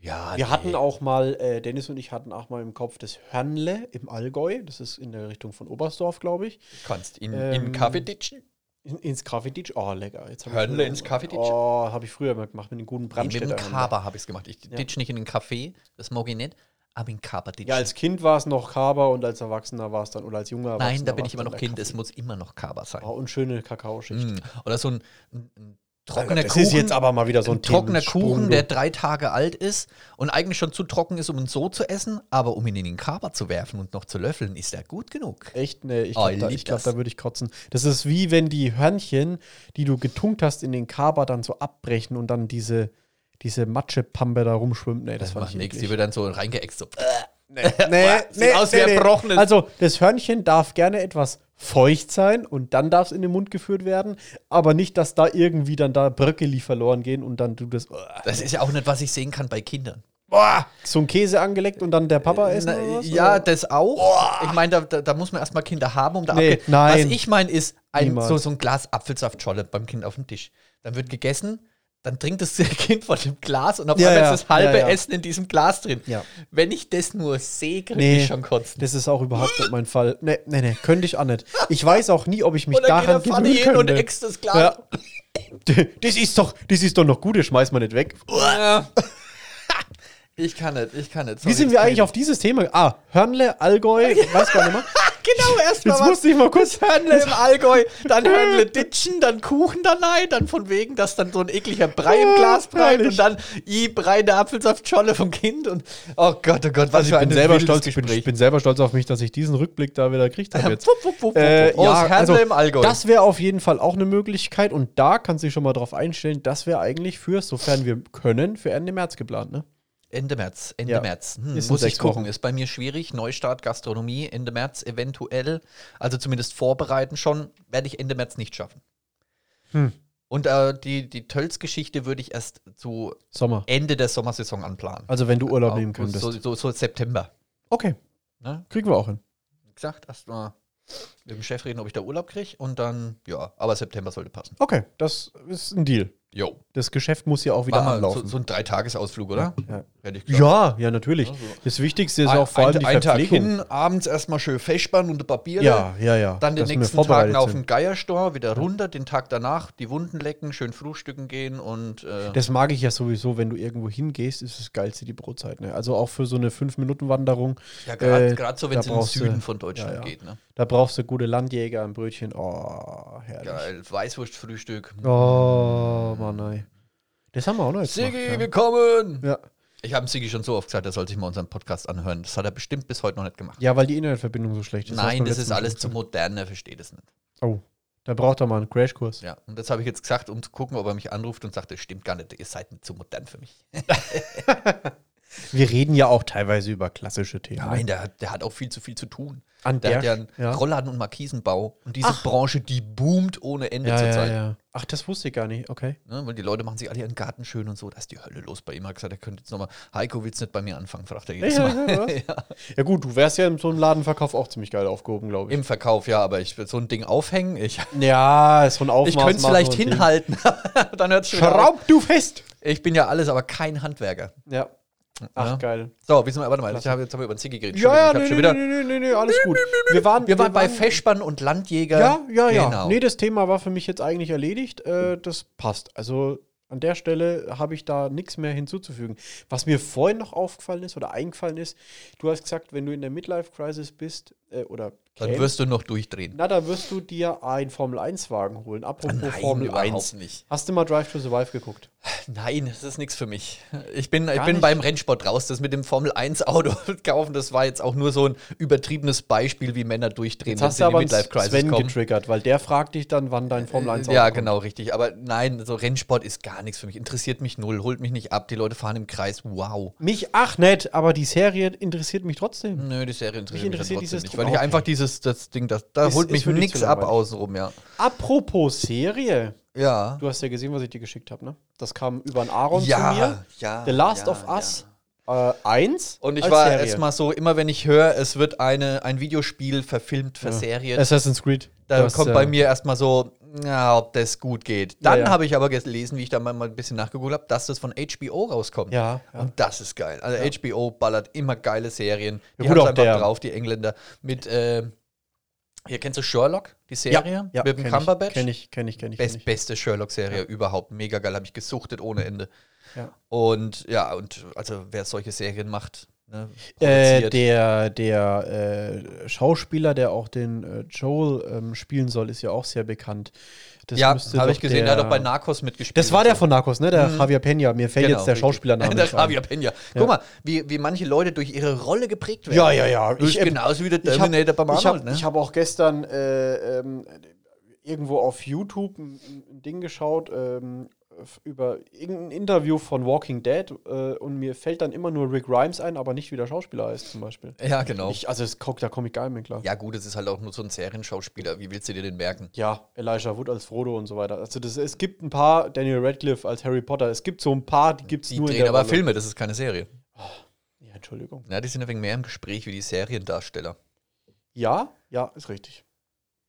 A: ja,
B: Wir
A: nee.
B: hatten auch mal, äh, Dennis und ich hatten auch mal im Kopf das Hörnle im Allgäu. Das ist in der Richtung von Oberstdorf, glaube ich.
A: Du kannst in,
B: Ähm,
A: in Kaffee ditchen.
B: In, ins Kaffeeditch. Oh, lecker. Jetzt hab ich
A: Hörnle
B: früher-
A: ins Kaffeeditsch?
B: Oh, habe ich früher immer gemacht mit den guten
A: Nee, mit dem
B: Brandstädter.
A: Kaber habe ich es gemacht. Ich ditch nicht in den Kaffee, das mag ich nicht, aber in Kaber ditchen.
B: Ja, als Kind war es noch Kaba und als Erwachsener war es dann, oder als junger Erwachsener
A: Nein, da bin
B: war
A: ich immer
B: dann
A: noch
B: der
A: Kind, es
B: Kaffee.
A: muss immer noch Kaber sein.
B: Oh, und schöne Kakaoschicht.
A: Mm. Oder so ein, ein, ein
B: Alter,
A: trockener
B: Oh das
A: Kuchen.
B: ist jetzt aber mal wieder so ein
A: trockener
B: Themensprung,
A: Kuchen, der
B: du.
A: drei Tage alt ist und eigentlich schon zu trocken ist, um ihn so zu essen, aber um ihn in den Kaber zu werfen und noch zu löffeln, ist er gut genug.
B: Echt, ne, ich
A: Oh,
B: glaube,
A: ich
B: da,
A: lieb
B: ich glaub,
A: das.
B: da würde ich kotzen. Das ist wie wenn die Hörnchen, die du getunkt hast, in den Kaba dann so abbrechen und dann diese, diese Matschepampe da rumschwimmt. Nee, das, fand
A: macht
B: ich
A: nichts, die
B: eklig.
A: wird dann so reingeäxt. So.
B: Nee,
A: Sieht aus wie ein Brochenes.
B: Also, das Hörnchen darf gerne etwas feucht sein und dann darf es in den Mund geführt werden, aber nicht, dass da irgendwie dann da Bröckeli verloren gehen und dann du das. äh,
A: Das ist ja auch nicht, was ich sehen kann bei Kindern.
B: Boah, so ein Käse angeleckt und dann der Papa essen
A: Äh, Na,
B: oder was?
A: ja,
B: oder?
A: das auch. Ich meine, da, da, da muss man erstmal Kinder haben, um da
B: Nee,
A: abge-
B: nein.
A: Was ich meine, ist ein,
B: Niemals.
A: so, so ein Glas Apfelsaftschorle beim Kind auf dem Tisch. Dann wird gegessen, dann trinkt das Kind von dem Glas und auf
B: Ja,
A: einmal
B: ja,
A: ist das halbe
B: ja, ja.
A: Essen in diesem Glas drin.
B: Ja.
A: Wenn ich das nur sehe, kriege
B: Nee,
A: ich schon kotzen.
B: das ist auch überhaupt nicht mein Fall. Nee, nee, nee, könnte ich auch nicht. Ich weiß auch nie, ob ich mich
A: Oder geht
B: daran
A: der Fanny
B: gewöhnen
A: hin und
B: könnte.
A: äxt das Glas.
B: ja. Das ist doch, das ist doch noch gut, das schmeiß mal nicht weg.
A: Ja. ich kann nicht, ich kann nicht.
B: Wie sind wir eigentlich auf dieses Thema? Ah, Hörnle, Allgäu, weiß gar nicht mehr.
A: Genau, erstmal
B: Jetzt musste ich mal kurz
A: Hörnle im Allgäu, dann Hörnle ditchen, dann Kuchen da rein, dann von wegen, dass dann so ein ekliger Brei
B: Ah,
A: im Glas bleibt und dann i Brei der Apfelsaftscholle vom Kind und oh Gott, oh Gott, was für
B: Also ich
A: ein
B: bin selber
A: wildes
B: stolz, ich bin, ich
A: Gespräch.
B: bin selber stolz auf mich, dass ich diesen Rückblick da wieder gekriegt habe jetzt.
A: Wupp, wupp, wupp, wupp,
B: Äh,
A: wupp. Aus
B: ja,
A: Hörnle
B: also,
A: im Allgäu.
B: Das wäre auf jeden Fall auch eine Möglichkeit und da kannst du dich schon mal drauf einstellen, das wäre eigentlich für, sofern wir können, für Ende März geplant, ne?
A: Ende März, Ende
B: Ja.
A: März. Hm,
B: Ist in
A: muss ich
B: sechs Wochen.
A: gucken, ist bei mir schwierig. Neustart Gastronomie Ende März eventuell, also zumindest vorbereiten schon, werde ich Ende März nicht schaffen.
B: Hm.
A: Und äh, die, die Tölz-Geschichte würde ich erst zu
B: Sommer.
A: Ende der Sommersaison anplanen.
B: Also wenn du Urlaub nehmen
A: August,
B: könntest.
A: So, so, so September.
B: Okay,
A: Ne?
B: kriegen wir auch hin.
A: Wie gesagt, erstmal mit dem Chef reden, ob ich da Urlaub kriege und dann, ja, aber September sollte passen.
B: Okay, das ist ein Deal.
A: Jo.
B: Das Geschäft muss ja auch wieder
A: Machen wir so,
B: anlaufen.
A: so ein Dreitagesausflug, oder?
B: Ja.
A: Hätte ich gesagt.
B: ja, ja, natürlich. Das Wichtigste ist
A: Ein-
B: auch vor allem
A: ein,
B: die
A: ein Tag
B: Verpflegung.
A: hin, abends erstmal schön Festspann und Papier.
B: ja, ja, ja.
A: Dann den
B: dass wir
A: nächsten Tag
B: vorbereitet
A: auf
B: sind.
A: den Geierstor, wieder runter, den Tag danach die Wunden lecken, schön frühstücken gehen und äh,
B: Das mag ich ja sowieso, wenn du irgendwo hingehst, ist das Geilste die Brotzeit. Ne? Also auch für so eine 5-Minuten-Wanderung.
A: ja, gerade
B: äh,
A: gerade so,
B: da
A: wenn es in den
B: brauchst du-
A: Süden von Deutschland
B: ja, ja.
A: geht. Ne?
B: Da brauchst du gute Landjäger, ein Brötchen. Oh, herrlich.
A: Geil, Weißwurstfrühstück.
B: Oh, Mann, nein. Das haben wir auch noch jetzt
A: Sigi,
B: gemacht,
A: willkommen!
B: ja. Ja.
A: Ich habe Sigi schon so oft gesagt, er soll sich mal unseren Podcast anhören. Das hat er bestimmt bis heute noch nicht gemacht.
B: ja, weil die Internetverbindung so schlecht ist. hast du
A: Nein, das
B: letztes
A: ist
B: Mal
A: alles zu
B: schon gesagt.
A: modern, er versteht es nicht.
B: Oh, da braucht er mal einen Crashkurs.
A: Ja, und das habe ich jetzt gesagt, um zu gucken, ob er mich anruft und sagt, das stimmt gar nicht, ihr seid nicht zu modern für mich.
B: Wir reden ja auch teilweise über klassische Themen. ne?
A: Nein, der, hat- der hat auch viel zu viel zu tun.
B: An
A: Der
B: der-
A: hat ja einen
B: ja.
A: Rollladen- und Markisenbau. Und diese Branche, die boomt ohne Ende
B: ja, ja,
A: zurzeit.
B: ja. Ach, das wusste ich gar nicht. Okay.
A: Ne, weil die Leute machen sich alle ihren Garten schön und so. Da ist die Hölle los bei ihm. Er hat gesagt, er könnte jetzt nochmal, Heiko, willst du nicht bei mir anfangen? Fragt er jedes
B: Ja,
A: Mal.
B: ja, Ja gut, du wärst ja in so einem Ladenverkauf auch ziemlich geil aufgehoben, glaube ich.
A: Im Verkauf, ja, aber ich will so ein Ding aufhängen. Ich,
B: ja, ist so ein Aufmaß.
A: ich könnte es
B: mal
A: vielleicht
B: so ein Ding.
A: hinhalten. Dann hört es schon wieder auf.
B: Schraub du fest!
A: Ich bin ja alles, aber kein Handwerker.
B: Ja. Ach,
A: Ja.
B: geil.
A: So, wissen wir, warte mal, ich hab, jetzt haben wir über den Ziggy geredet.
B: Ja, ja,
A: Entschuldigung, ich hab schon wieder,
B: nee, nee, nee, nee, nee, nee, alles gut. Wir waren,
A: wir waren bei Feschbahn und Landjäger.
B: Ja, ja, ja.
A: Genau.
B: Nee, das Thema war für mich jetzt eigentlich erledigt. Äh, das passt. Also an der Stelle habe ich da nichts mehr hinzuzufügen. Was mir vorhin noch aufgefallen ist oder eingefallen ist, du hast gesagt, wenn du in der Midlife-Crisis bist äh, oder
A: Dann
B: kämst,
A: wirst du noch durchdrehen.
B: na, dann wirst du dir einen Formel-1-Wagen holen. Apropos Formel 1.
A: nicht.
B: Hast du mal Drive to Survive geguckt?
A: Nein, das ist nichts für mich. Ich bin, ich
B: Gar
A: bin
B: nicht?
A: beim Rennsport raus. Das mit dem Formel-1-Auto kaufen, das war jetzt auch nur so ein übertriebenes Beispiel, wie Männer durchdrehen,
B: Jetzt hast du aber einen Sven
A: kommen.
B: getriggert, weil der fragt dich dann, wann dein Formel 1
A: Ja, genau, richtig. Aber nein, so Rennsport ist gar nichts für mich. Interessiert mich null, holt mich nicht ab. Die Leute fahren im Kreis. Wow.
B: Mich ach nett, aber die Serie interessiert mich trotzdem.
A: Nö, die Serie interessiert mich,
B: interessiert
A: dann trotzdem
B: dieses
A: nicht. Weil
B: Drum-
A: ich
B: okay.
A: einfach dieses das Ding, das, da
B: Ist-
A: holt
B: ist
A: mich
B: wirklich
A: nichts
B: zu
A: ab
B: langweilig.
A: außenrum, ja.
B: Apropos Serie,
A: Ja.
B: Du hast ja gesehen, was ich dir geschickt habe, ne? Das kam über einen Aaron
A: ja,
B: zu mir.
A: ja.
B: The Last
A: ja,
B: of Us äh, 1.
A: Und ich war erstmal so, immer wenn ich höre, es wird eine, ein Videospiel verfilmt, verserien,
B: Assassin's Creed.
A: da
B: Das,
A: kommt
B: äh,
A: bei mir erstmal so, na, ob das gut geht. Dann
B: Ja, ja.
A: habe ich aber gelesen, wie ich da mal mal ein bisschen nachgegoogelt habe, dass das von HBO rauskommt.
B: Ja, ja.
A: Und das ist geil. Also HBO ballert immer geile Serien. Die
B: Ja,
A: haben
B: gut,
A: es
B: auch
A: einfach
B: der-
A: drauf, die Engländer. Mit, äh, hier kennst du Sherlock, die Serie?
B: Ja, ja,
A: Mit dem Cumberbatch?
B: Kenne ich, kenne ich, kenne ich.
A: Best,
B: kenn ich.
A: beste Sherlock-Serie überhaupt. Mega geil, habe ich gesuchtet ohne Ende.
B: Ja.
A: Und ja, und also wer solche Serien macht, ne,
B: Äh,
A: produziert.
B: der der äh, Schauspieler, der auch den äh, Joel ähm, spielen soll, ist ja auch sehr bekannt. Das
A: ja,
B: müsste
A: habe
B: doch
A: ich gesehen, der, hat auch bei Narcos mitgespielt.
B: Das war
A: und
B: der
A: so.
B: von Narcos, ne? Der Javier Peña. Mir fällt
A: Genau,
B: jetzt der
A: richtig.
B: Schauspielername
A: Der
B: nicht ein.
A: Javier Pena. Guck mal, wie, wie manche Leute durch ihre Rolle geprägt werden.
B: Ja, ja, ja.
A: Das ist
B: äh,
A: genauso wie der
B: ich hab-
A: Terminator beim
B: Ich habe
A: Arnold, ne?
B: hab auch gestern äh, ähm, irgendwo auf YouTube ein, ein Ding geschaut ähm, f- über irgendein Interview von Walking Dead äh, und mir fällt dann immer nur Rick Grimes ein, aber nicht wie der Schauspieler heißt zum Beispiel.
A: ja, genau.
B: Ich, also das, guck, da komme ich gar nicht mehr klar.
A: ja, gut, es ist halt auch nur so ein Serienschauspieler. Wie willst du dir den merken?
B: Ja, Elijah Wood als Frodo und so weiter. Also das, es gibt ein paar, Daniel Radcliffe als Harry Potter, es gibt so ein paar, die gibt es
A: Die
B: nur in
A: drehen
B: der
A: aber
B: Rolle.
A: Filme, das ist keine Serie.
B: Ja, Entschuldigung.
A: Ja, die sind ein wenig mehr im Gespräch wie die Seriendarsteller.
B: Ja, ja, ist richtig.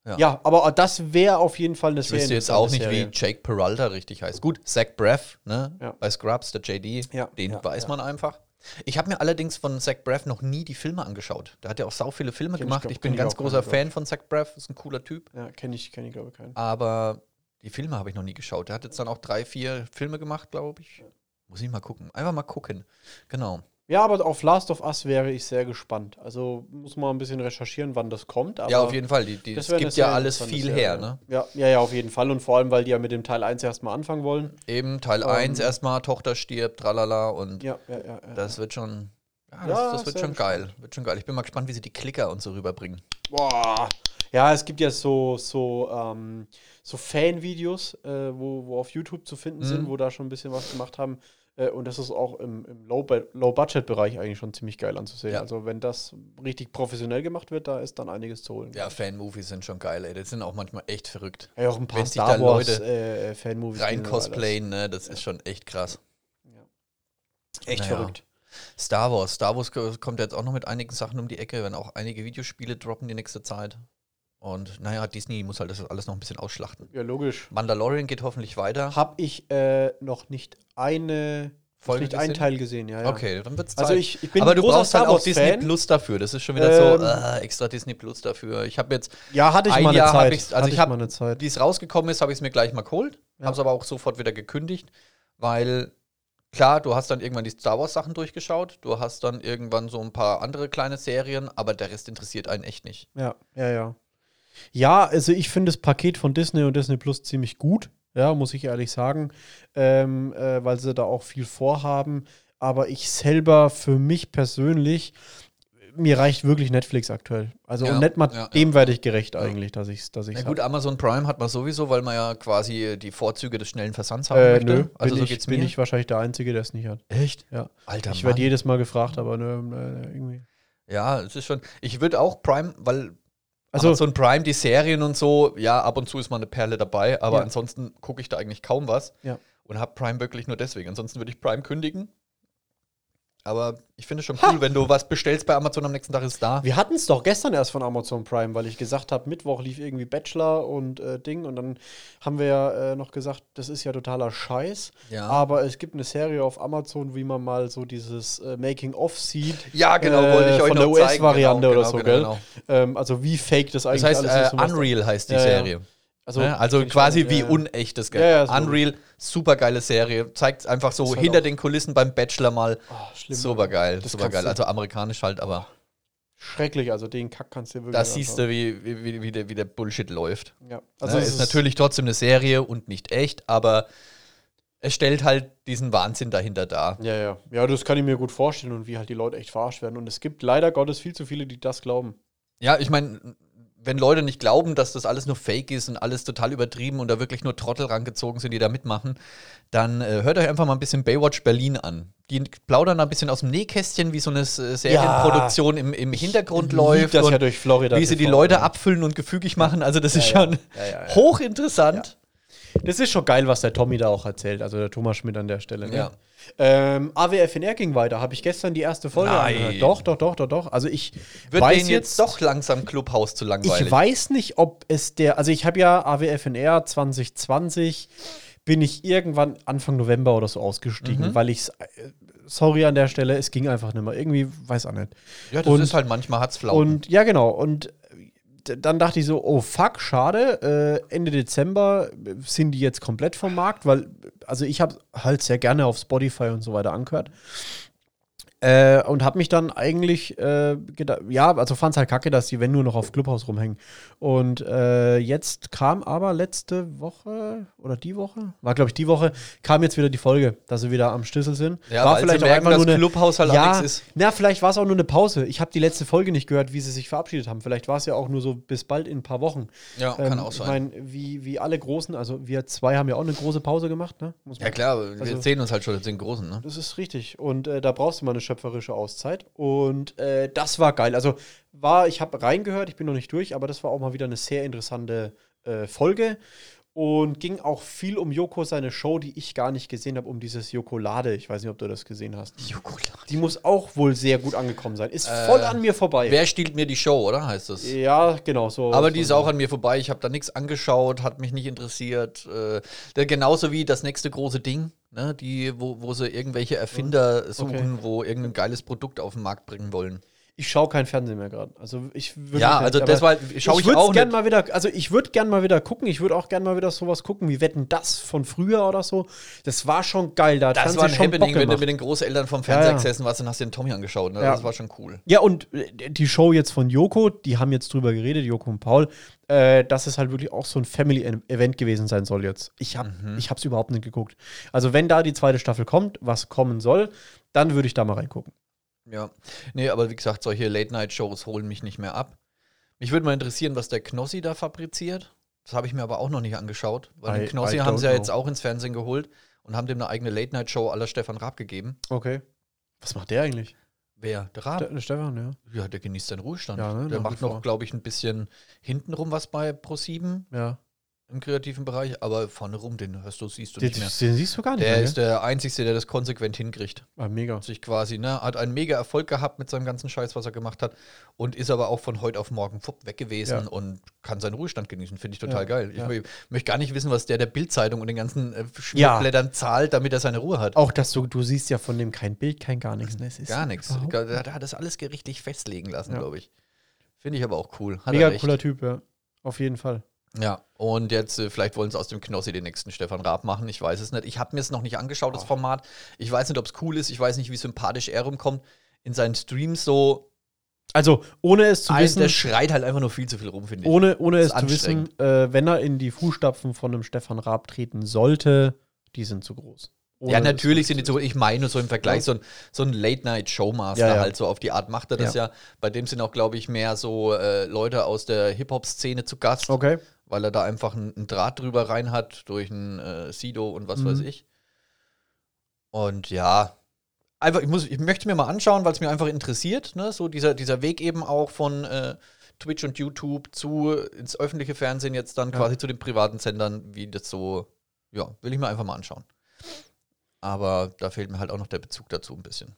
A: Ja.
B: Ja, aber das wäre auf jeden Fall eine
A: Ich
B: sehr
A: wüsste jetzt auch nicht,
B: interessante
A: wie Jake Peralta richtig heißt. Gut, Zach Braff, ne?
B: Ja.
A: Bei Scrubs, der JD,
B: Ja,
A: den
B: ja,
A: weiß
B: ja.
A: man einfach. Ich habe mir allerdings von Zach Braff noch nie die Filme angeschaut. Da hat er auch sau viele Filme
B: Kenn ich,
A: gemacht.
B: glaub,
A: ich bin
B: kenn
A: ein
B: ich
A: ganz
B: auch
A: großer
B: keinen,
A: Fan von Zach Braff, ist ein cooler Typ.
B: Ja, kenne ich, kenne ich glaube ich keinen.
A: Aber die Filme habe ich noch nie geschaut. Der hat jetzt dann auch drei, vier Filme gemacht, glaube ich. Muss ich mal gucken. Einfach mal gucken. Genau.
B: Ja, aber auf Last of Us wäre ich sehr gespannt. Also muss man ein bisschen recherchieren, wann das kommt. Aber
A: ja, auf jeden Fall. Die, die, es
B: wäre eine
A: gibt
B: sehr
A: ja alles
B: interessante
A: viel
B: Serie.
A: her, ne?
B: Ja, ja, ja, auf jeden Fall. Und vor allem, weil die ja mit dem Teil 1 erstmal anfangen wollen.
A: Eben Teil
B: Ähm,
A: 1 erstmal, Tochter stirbt, tralala und
B: Ja, ja, ja. ja.
A: das wird schon. Ja, das,
B: Ja,
A: das wird
B: sehr
A: schon geil. Wird schon geil. Ich bin mal gespannt, wie sie die Klicker und so rüberbringen.
B: Boah. Ja, es gibt ja so, so, ähm, so Fan-Videos, äh, wo, wo auf YouTube zu finden
A: Mhm.
B: sind, wo da schon ein bisschen was gemacht haben. Äh, und das ist auch im, im Low-Bu- Low-Budget-Bereich eigentlich schon ziemlich geil anzusehen.
A: Ja.
B: Also, wenn das richtig professionell gemacht wird, da ist dann einiges zu holen.
A: Ja, Fan-Movies sind schon geil, ey. Das sind auch manchmal echt verrückt.
B: Ja, auch ein paar
A: Wenn sich da
B: Star Wars
A: Leute
B: äh, Fan-Movies.
A: Rein
B: sind, aber das-
A: cosplayen, ne? Das ist schon echt krass.
B: Echt
A: Naja.
B: verrückt.
A: Star Wars. Star Wars ko- kommt jetzt auch noch mit einigen Sachen um die Ecke, wenn auch einige Videospiele droppen die nächste Zeit. Und naja, Disney muss halt das alles noch ein bisschen ausschlachten.
B: Ja, logisch.
A: Mandalorian geht hoffentlich weiter.
B: Habe ich äh, noch nicht eine
A: Folge
B: noch nicht einen
A: gesehen?
B: Teil gesehen, ja. ja.
A: Okay, dann wird's Zeit.
B: Also ich, ich bin
A: Aber
B: ein
A: du
B: großer
A: brauchst halt
B: Star
A: auch
B: Wars
A: Disney
B: Fan.
A: Plus dafür. Das ist schon wieder
B: Ähm.
A: so, äh, extra Disney Plus dafür. Ich habe jetzt,
B: Ja, hatte ich
A: Ein
B: mal eine
A: Jahr hab
B: Zeit.
A: ich's- also
B: hatte
A: ich hab-
B: mal eine Zeit.
A: wie es rausgekommen ist, habe ich es mir gleich mal geholt.
B: Ja.
A: Habe es aber auch sofort wieder gekündigt, weil klar, du hast dann irgendwann die Star Wars Sachen durchgeschaut. Du hast dann irgendwann so ein paar andere kleine Serien, aber der Rest interessiert einen echt nicht.
B: Ja, ja, ja. Ja, also ich finde das Paket von Disney und Disney Plus ziemlich gut, ja, muss ich ehrlich sagen, ähm, äh, weil sie da auch viel vorhaben. Aber ich selber, für mich persönlich, mir reicht wirklich Netflix aktuell. Also
A: Ja,
B: und nicht mal
A: ja, ja.
B: dem werde ich gerecht eigentlich, dass ich es dass
A: Na
B: ich's
A: gut,
B: hab. Äh,
A: Amazon Prime hat man sowieso, weil man ja quasi die Vorzüge des schnellen Versands haben
B: äh,
A: möchte.
B: nö,
A: also
B: bin,
A: so
B: ich,
A: geht's
B: bin
A: mir.
B: ich wahrscheinlich der Einzige, der es nicht hat.
A: Echt?
B: Ja.
A: Alter,
B: ich
A: Mann.
B: werde jedes Mal gefragt, aber nö, nö, nö, irgendwie.
A: Ja, es ist schon. Ich würde auch Prime, weil
B: Also-
A: also so ein Prime, die Serien und so, ja, ab und zu ist mal eine Perle dabei, aber
B: Ja.
A: ansonsten gucke ich da eigentlich kaum was
B: Ja.
A: und habe Prime wirklich nur deswegen. Ansonsten würde ich Prime kündigen. Aber ich finde es schon cool, wenn du was bestellst bei Amazon am nächsten Tag ist es da.
B: Wir hatten es doch gestern erst von Amazon Prime, weil ich gesagt habe, Mittwoch lief irgendwie Bachelor und äh, Ding und dann haben wir ja äh, noch gesagt, das ist ja totaler Scheiß.
A: Ja.
B: Aber es gibt eine Serie auf Amazon, wie man mal so dieses äh, Making of sieht. Äh,
A: Ja, genau, wollte ich euch
B: von
A: noch
B: der
A: zeigen.
B: US-Variante
A: Genau,
B: oder
A: genau, genau,
B: so, gell?
A: genau.
B: Ähm, also wie fake das eigentlich
A: Das heißt,
B: alles
A: äh,
B: ist. und was-
A: Unreal heißt die
B: Ja, ja.
A: Serie.
B: Also,
A: ne? also
B: kenn ich
A: quasi
B: schon,
A: wie
B: ja, ja.
A: unecht das Geld.
B: Ja, ja, ist gut.
A: Unreal, super geile Serie. Zeigt einfach so
B: Ist halt
A: hinter
B: auch-
A: den Kulissen beim Bachelor mal.
B: Ah, schlimm.
A: Super geil,
B: Das
A: super geil.
B: kannst
A: Also amerikanisch halt, aber
B: Schrecklich, also den Kack kannst du dir wirklich
A: da
B: nicht
A: siehst du, wie, wie, wie, wie, der, wie der Bullshit läuft.
B: anschauen. Ja.
A: Also
B: Also
A: ne?
B: es
A: ist, natürlich trotzdem eine Serie und nicht echt, aber es stellt halt diesen Wahnsinn dahinter dar.
B: Ja, ja. Ja, das kann ich mir gut vorstellen und wie halt die Leute echt verarscht werden. Und es gibt leider Gottes viel zu viele, die das glauben.
A: Ja, ich meine, wenn Leute nicht glauben, dass das alles nur Fake ist und alles total übertrieben und da wirklich nur Trottel rangezogen sind, die da mitmachen, dann äh, hört euch einfach mal ein bisschen Baywatch Berlin an. Die plaudern da ein bisschen aus dem Nähkästchen, wie so eine äh, Serienproduktion im, im Hintergrund läuft.
B: das
A: und
B: ja durch Florida.
A: wie sie die
B: TV,
A: Leute
B: ja.
A: abfüllen und gefügig machen. Also das ist
B: ja.
A: schon
B: Ja, ja, ja.
A: hochinteressant.
B: Das ist schon geil, was der Tommy da auch erzählt, also der Thomas Schmidt an der Stelle. Ne?
A: Ja.
B: Ähm, AWFNR ging weiter, habe ich gestern die erste Folge
A: Nein.
B: angehört. Doch, doch, doch, doch, doch. Also ich
A: Wird
B: weiß
A: denen jetzt doch langsam Clubhaus zu langweilig.
B: ich weiß nicht, ob es der, also ich habe ja AWFNR 2020, bin ich irgendwann Anfang November oder so ausgestiegen, weil ich, sorry an der Stelle, es ging einfach nicht mehr. Irgendwie, weiß auch nicht.
A: ja, das
B: und-
A: ist halt manchmal hat's flau.
B: Und ja, genau. Und d- dann dachte ich so, oh fuck, schade. Äh, Ende Dezember äh, sind die jetzt komplett vom Markt, weil, also ich habe halt sehr gerne auf Spotify und so weiter angehört. Äh, und habe mich dann eigentlich äh, gedacht, ja, also fand es halt kacke, dass die, wenn nur noch auf Clubhaus rumhängen. Und äh, jetzt kam aber letzte Woche oder die Woche, war glaube ich die Woche, kam jetzt wieder die Folge, dass sie wieder am Schlüssel sind.
A: Ja, weil sie merken, dass Clubhaus halt auch
B: ja,
A: nix ist.
B: na, vielleicht war es auch nur eine Pause. Ich habe die letzte Folge nicht gehört, wie sie sich verabschiedet haben. Vielleicht war es ja auch nur so bis bald in ein paar Wochen. Ähm,
A: Ja, kann auch
B: Ich
A: sein.
B: meine, wie, wie alle Großen, also wir zwei haben ja auch eine große Pause gemacht, ne? Muss man-
A: ja klar, wir
B: also-
A: sehen uns halt schon als den Großen, ne?
B: Das ist richtig. Und äh, da brauchst du mal eine schöpferische Auszeit. Und äh, das war geil. Also war, ich habe reingehört, ich bin noch nicht durch, aber das war auch mal wieder eine sehr interessante äh, Folge. Und ging auch viel um Joko, seine Show, die ich gar nicht gesehen habe, um dieses Jokolade. Ich weiß nicht, ob du das gesehen hast. Die muss auch wohl sehr gut angekommen sein. Ist voll an mir vorbei.
A: Äh, Wer stiehlt mir die Show, oder? Heißt es.
B: ja, genau so.
A: Aber
B: so
A: die ist auch an mir vorbei. Ich habe da nichts angeschaut, hat mich nicht interessiert. Äh, da- genauso wie das nächste große Ding, ne? die, wo, wo sie irgendwelche Erfinder suchen, wo irgendein geiles Produkt auf den Markt bringen wollen.
B: Ich schaue kein Fernsehen mehr gerade. Also ich wirklich
A: Ja,
B: nicht,
A: also
B: aber
A: das war- schau ich
B: würd's
A: auch
B: gern
A: nicht.
B: mal wieder. Also ich würde gern mal wieder gucken. Ich würde auch gern mal wieder sowas gucken. Wie wetten das von früher oder so? Das war schon geil. Da hat
A: Das
B: Fernsehen
A: war ein
B: schon
A: Happening,
B: Bock
A: wenn du
B: gemacht.
A: mit den Großeltern vom Fernseher
B: Ja, ja.
A: gesessen warst und hast den Tommy angeschaut. Ne?
B: Ja.
A: Das war schon cool.
B: Ja, und äh, die Show jetzt von Joko, die haben jetzt drüber geredet, Joko und Paul, äh, dass es halt wirklich auch so ein Family-Event gewesen sein soll jetzt. Ich habe
A: Mhm.
B: ich hab's überhaupt nicht geguckt. Also wenn da die zweite Staffel kommt, was kommen soll, dann würde ich da mal reingucken.
A: Ja. Nee, aber wie gesagt, solche Late-Night-Shows holen mich nicht mehr ab. Mich würde mal interessieren, was der Knossi da fabriziert. Das habe ich mir aber auch noch nicht angeschaut, weil
B: I-
A: den Knossi
B: I
A: haben
B: don't
A: sie ja
B: know.
A: jetzt auch ins Fernsehen geholt und haben dem eine eigene Late-Night-Show aller Stefan Raab gegeben.
B: Okay. Was macht der eigentlich?
A: Wer? Der Raab?
B: Ste- Stefan, ja.
A: Ja, der genießt seinen Ruhestand.
B: Ja, ne,
A: Der
B: nach
A: macht
B: wie
A: noch,
B: vor.
A: glaube ich, ein bisschen hintenrum was bei Pro7
B: Ja.
A: im kreativen Bereich, aber vorne rum, den hörst du, siehst du
B: Den,
A: nicht mehr.
B: den siehst du gar nicht
A: Der
B: mehr.
A: ist der Einzige, der das konsequent hinkriegt.
B: gell? ah, mega.
A: Hat Sich quasi, ne, hat einen mega Erfolg gehabt mit seinem ganzen Scheiß, was er gemacht hat, und ist aber auch von heute auf morgen fupp weg gewesen
B: Ja.
A: und kann seinen Ruhestand genießen. Finde ich total
B: Ja,
A: geil. Ich
B: ja.
A: mö- möchte gar nicht wissen, was der der Bildzeitung und den ganzen äh,
B: Ja.
A: Schmierblättern zahlt, damit er seine Ruhe hat.
B: Auch dass du, du siehst ja von dem kein Bild, kein gar nichts. Ne? Es ist
A: Gar nichts.
B: überhaupt-
A: Gar- Der hat das alles gerichtlich festlegen lassen,
B: Ja.
A: glaube ich. Finde ich aber auch cool. Hat
B: Mega
A: er recht.
B: cooler Typ, ja. Auf jeden Fall.
A: Ja, und jetzt äh, vielleicht wollen sie aus dem Knossi den nächsten Stefan Raab machen. Ich weiß es nicht. Ich habe mir es noch nicht angeschaut,
B: Oh.
A: das Format. Ich weiß nicht, ob es cool ist. Ich weiß nicht, wie sympathisch er rumkommt. In seinen Streams so.
B: Also, ohne es zu
A: Eins, der
B: wissen,
A: schreit halt einfach nur viel zu viel rum, finde ich.
B: ohne, ohne
A: Ist
B: es zu wissen, äh, wenn er in die Fußstapfen von einem Stefan Raab treten sollte, die sind zu groß. Ohne
A: ja,
B: es
A: natürlich
B: zu
A: sind die
B: wissen.
A: so. Ich meine, so im Vergleich,
B: Ja.
A: so ein, so ein Late-Night-Showmaster
B: Ja, ja.
A: halt so auf die Art macht er das ja.
B: Ja.
A: Bei dem sind auch, glaube ich, mehr so äh, Leute aus der Hip-Hop-Szene zu Gast.
B: Okay.
A: weil er da einfach einen einen Draht drüber rein hat durch ein äh, Sido und was
B: Mhm.
A: weiß ich. Und ja, einfach, ich, muss, ich möchte mir mal anschauen, weil es mir einfach interessiert, ne? so dieser, dieser Weg eben auch von äh, Twitch und YouTube zu ins öffentliche Fernsehen jetzt dann
B: Ja.
A: quasi zu den privaten Sendern, wie das so, ja, will ich mir einfach mal anschauen. Aber da fehlt mir halt auch noch der Bezug dazu ein bisschen.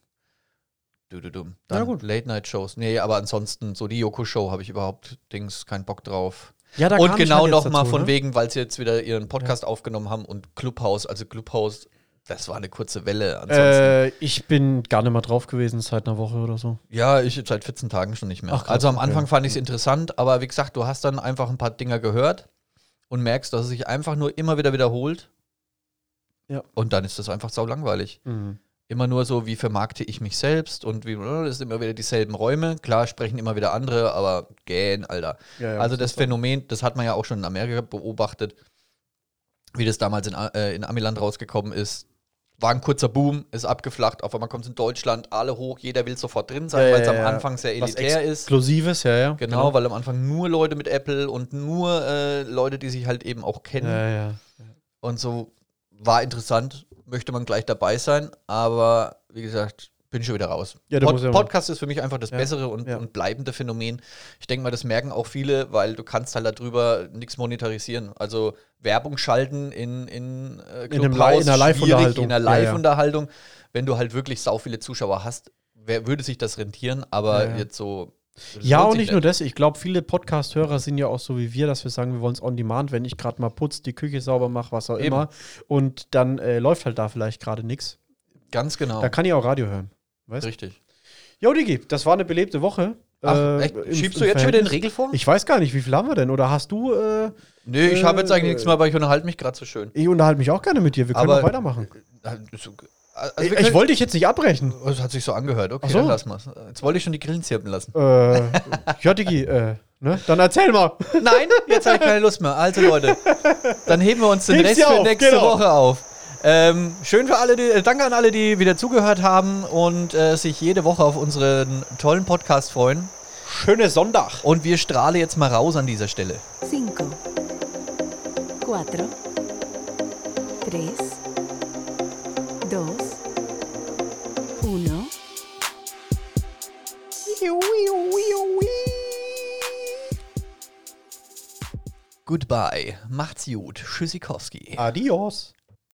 A: Düdüdüm.
B: Na
A: Dann
B: gut.
A: Late-Night-Shows. Nee, aber ansonsten, so die Joko-Show habe ich überhaupt, Dings, keinen Bock drauf
B: Ja, da
A: und
B: kam ich
A: genau
B: halt jetzt
A: nochmal
B: dazu,
A: von
B: ne?
A: wegen, weil sie jetzt wieder ihren Podcast aufgenommen haben und Clubhouse, also Clubhouse, das war eine kurze Welle. Ansonsten.
B: Äh, ich bin gar nicht mal drauf gewesen seit einer Woche oder so.
A: ja, ich seit 14 Tagen schon nicht mehr.
B: Ach, krass,
A: also am
B: okay.
A: Anfang fand ich es interessant, aber wie gesagt, du hast dann einfach ein paar Dinger gehört und merkst, dass es sich einfach nur immer wieder wiederholt.
B: Ja.
A: Und dann ist das einfach sau langweilig.
B: Mhm.
A: Immer nur so, wie vermarkte ich mich selbst und wie, ne, das sind immer wieder dieselben Räume. Klar sprechen immer wieder andere, aber gähn, Alter.
B: Ja, ja,
A: Also das
B: das
A: Phänomen, das hat man ja auch schon in Amerika beobachtet, wie das damals in, A- äh, in Amiland rausgekommen ist. War ein kurzer Boom, ist abgeflacht, auf einmal kommt es in Deutschland, alle hoch, jeder will sofort drin sein,
B: Ja,
A: weil es
B: ja,
A: am
B: ja.
A: Anfang sehr
B: was
A: elitär ist.
B: Exklusives, ja, ja.
A: Genau, weil am Anfang nur Leute mit Apple und nur äh, Leute, die sich halt eben auch kennen.
B: Ja, ja.
A: Und so war interessant, möchte man gleich dabei sein, aber wie gesagt, bin ich schon wieder raus.
B: Ja, da
A: Pod
B: muss ja mal-
A: Podcast ist für mich einfach das
B: Ja,
A: bessere und,
B: ja.
A: und bleibende Phänomen. Ich denke mal, das merken auch viele, weil du kannst halt darüber nichts monetarisieren. Also Werbung schalten in, in, äh,
B: In einem Li-
A: Clubhouse,
B: in einer
A: schwierig,
B: Live-Unterhaltung.
A: In einer
B: Ja, ja.
A: Live-Unterhaltung. Wenn du halt wirklich sau viele Zuschauer hast, wer, würde sich das rentieren, aber
B: Ja, ja.
A: jetzt so. das
B: Ja,
A: lohnt
B: und
A: sich
B: nicht nur das. Ich glaube, viele Podcast-Hörer sind ja auch so wie wir, dass wir sagen, wir wollen es on demand, wenn ich gerade mal putze, die Küche sauber mache, was auch
A: Eben.
B: immer. Und dann äh, läuft halt da vielleicht gerade nichts.
A: Ganz genau.
B: Da kann ich auch Radio hören. Weißt du?
A: Richtig.
B: Jo, Digi, das war eine belebte Woche.
A: Ach,
B: Äh,
A: echt?
B: im-
A: Schiebst
B: im
A: du jetzt wieder den
B: Verhältnis-
A: Regel vor?
B: Ich weiß gar nicht, wie viel haben wir denn? Oder hast du. Äh,
A: Nö, ich habe jetzt eigentlich
B: Äh,
A: nichts mehr, aber ich unterhalte mich gerade so schön.
B: ich unterhalte mich auch gerne mit dir. Wir können
A: Aber-
B: auch weitermachen.
A: Also, wir
B: ich
A: können-
B: wollte dich jetzt nicht abbrechen.
A: Oh, Das hat sich so angehört. Okay,
B: Ach so.
A: dann lass mal's. Jetzt wollte ich schon die Grillen zirpen lassen.
B: Äh, ja, Digi, äh, ne? Dann erzähl mal.
A: Nein, jetzt habe ich keine Lust mehr. Also Leute, dann heben wir uns den
B: Heb's
A: Rest
B: dir
A: für
B: auf,
A: nächste
B: genau.
A: Woche auf. Ähm, schön für alle, die, äh, danke an alle, die wieder zugehört haben und äh, sich jede Woche auf unseren tollen Podcast freuen.
B: Schöne Sonntag.
A: Und wir strahle jetzt mal raus an dieser Stelle.
C: 5, 4, 3, 2, 1.
A: Goodbye, macht's gut, Tschüssikowski.
B: Adios.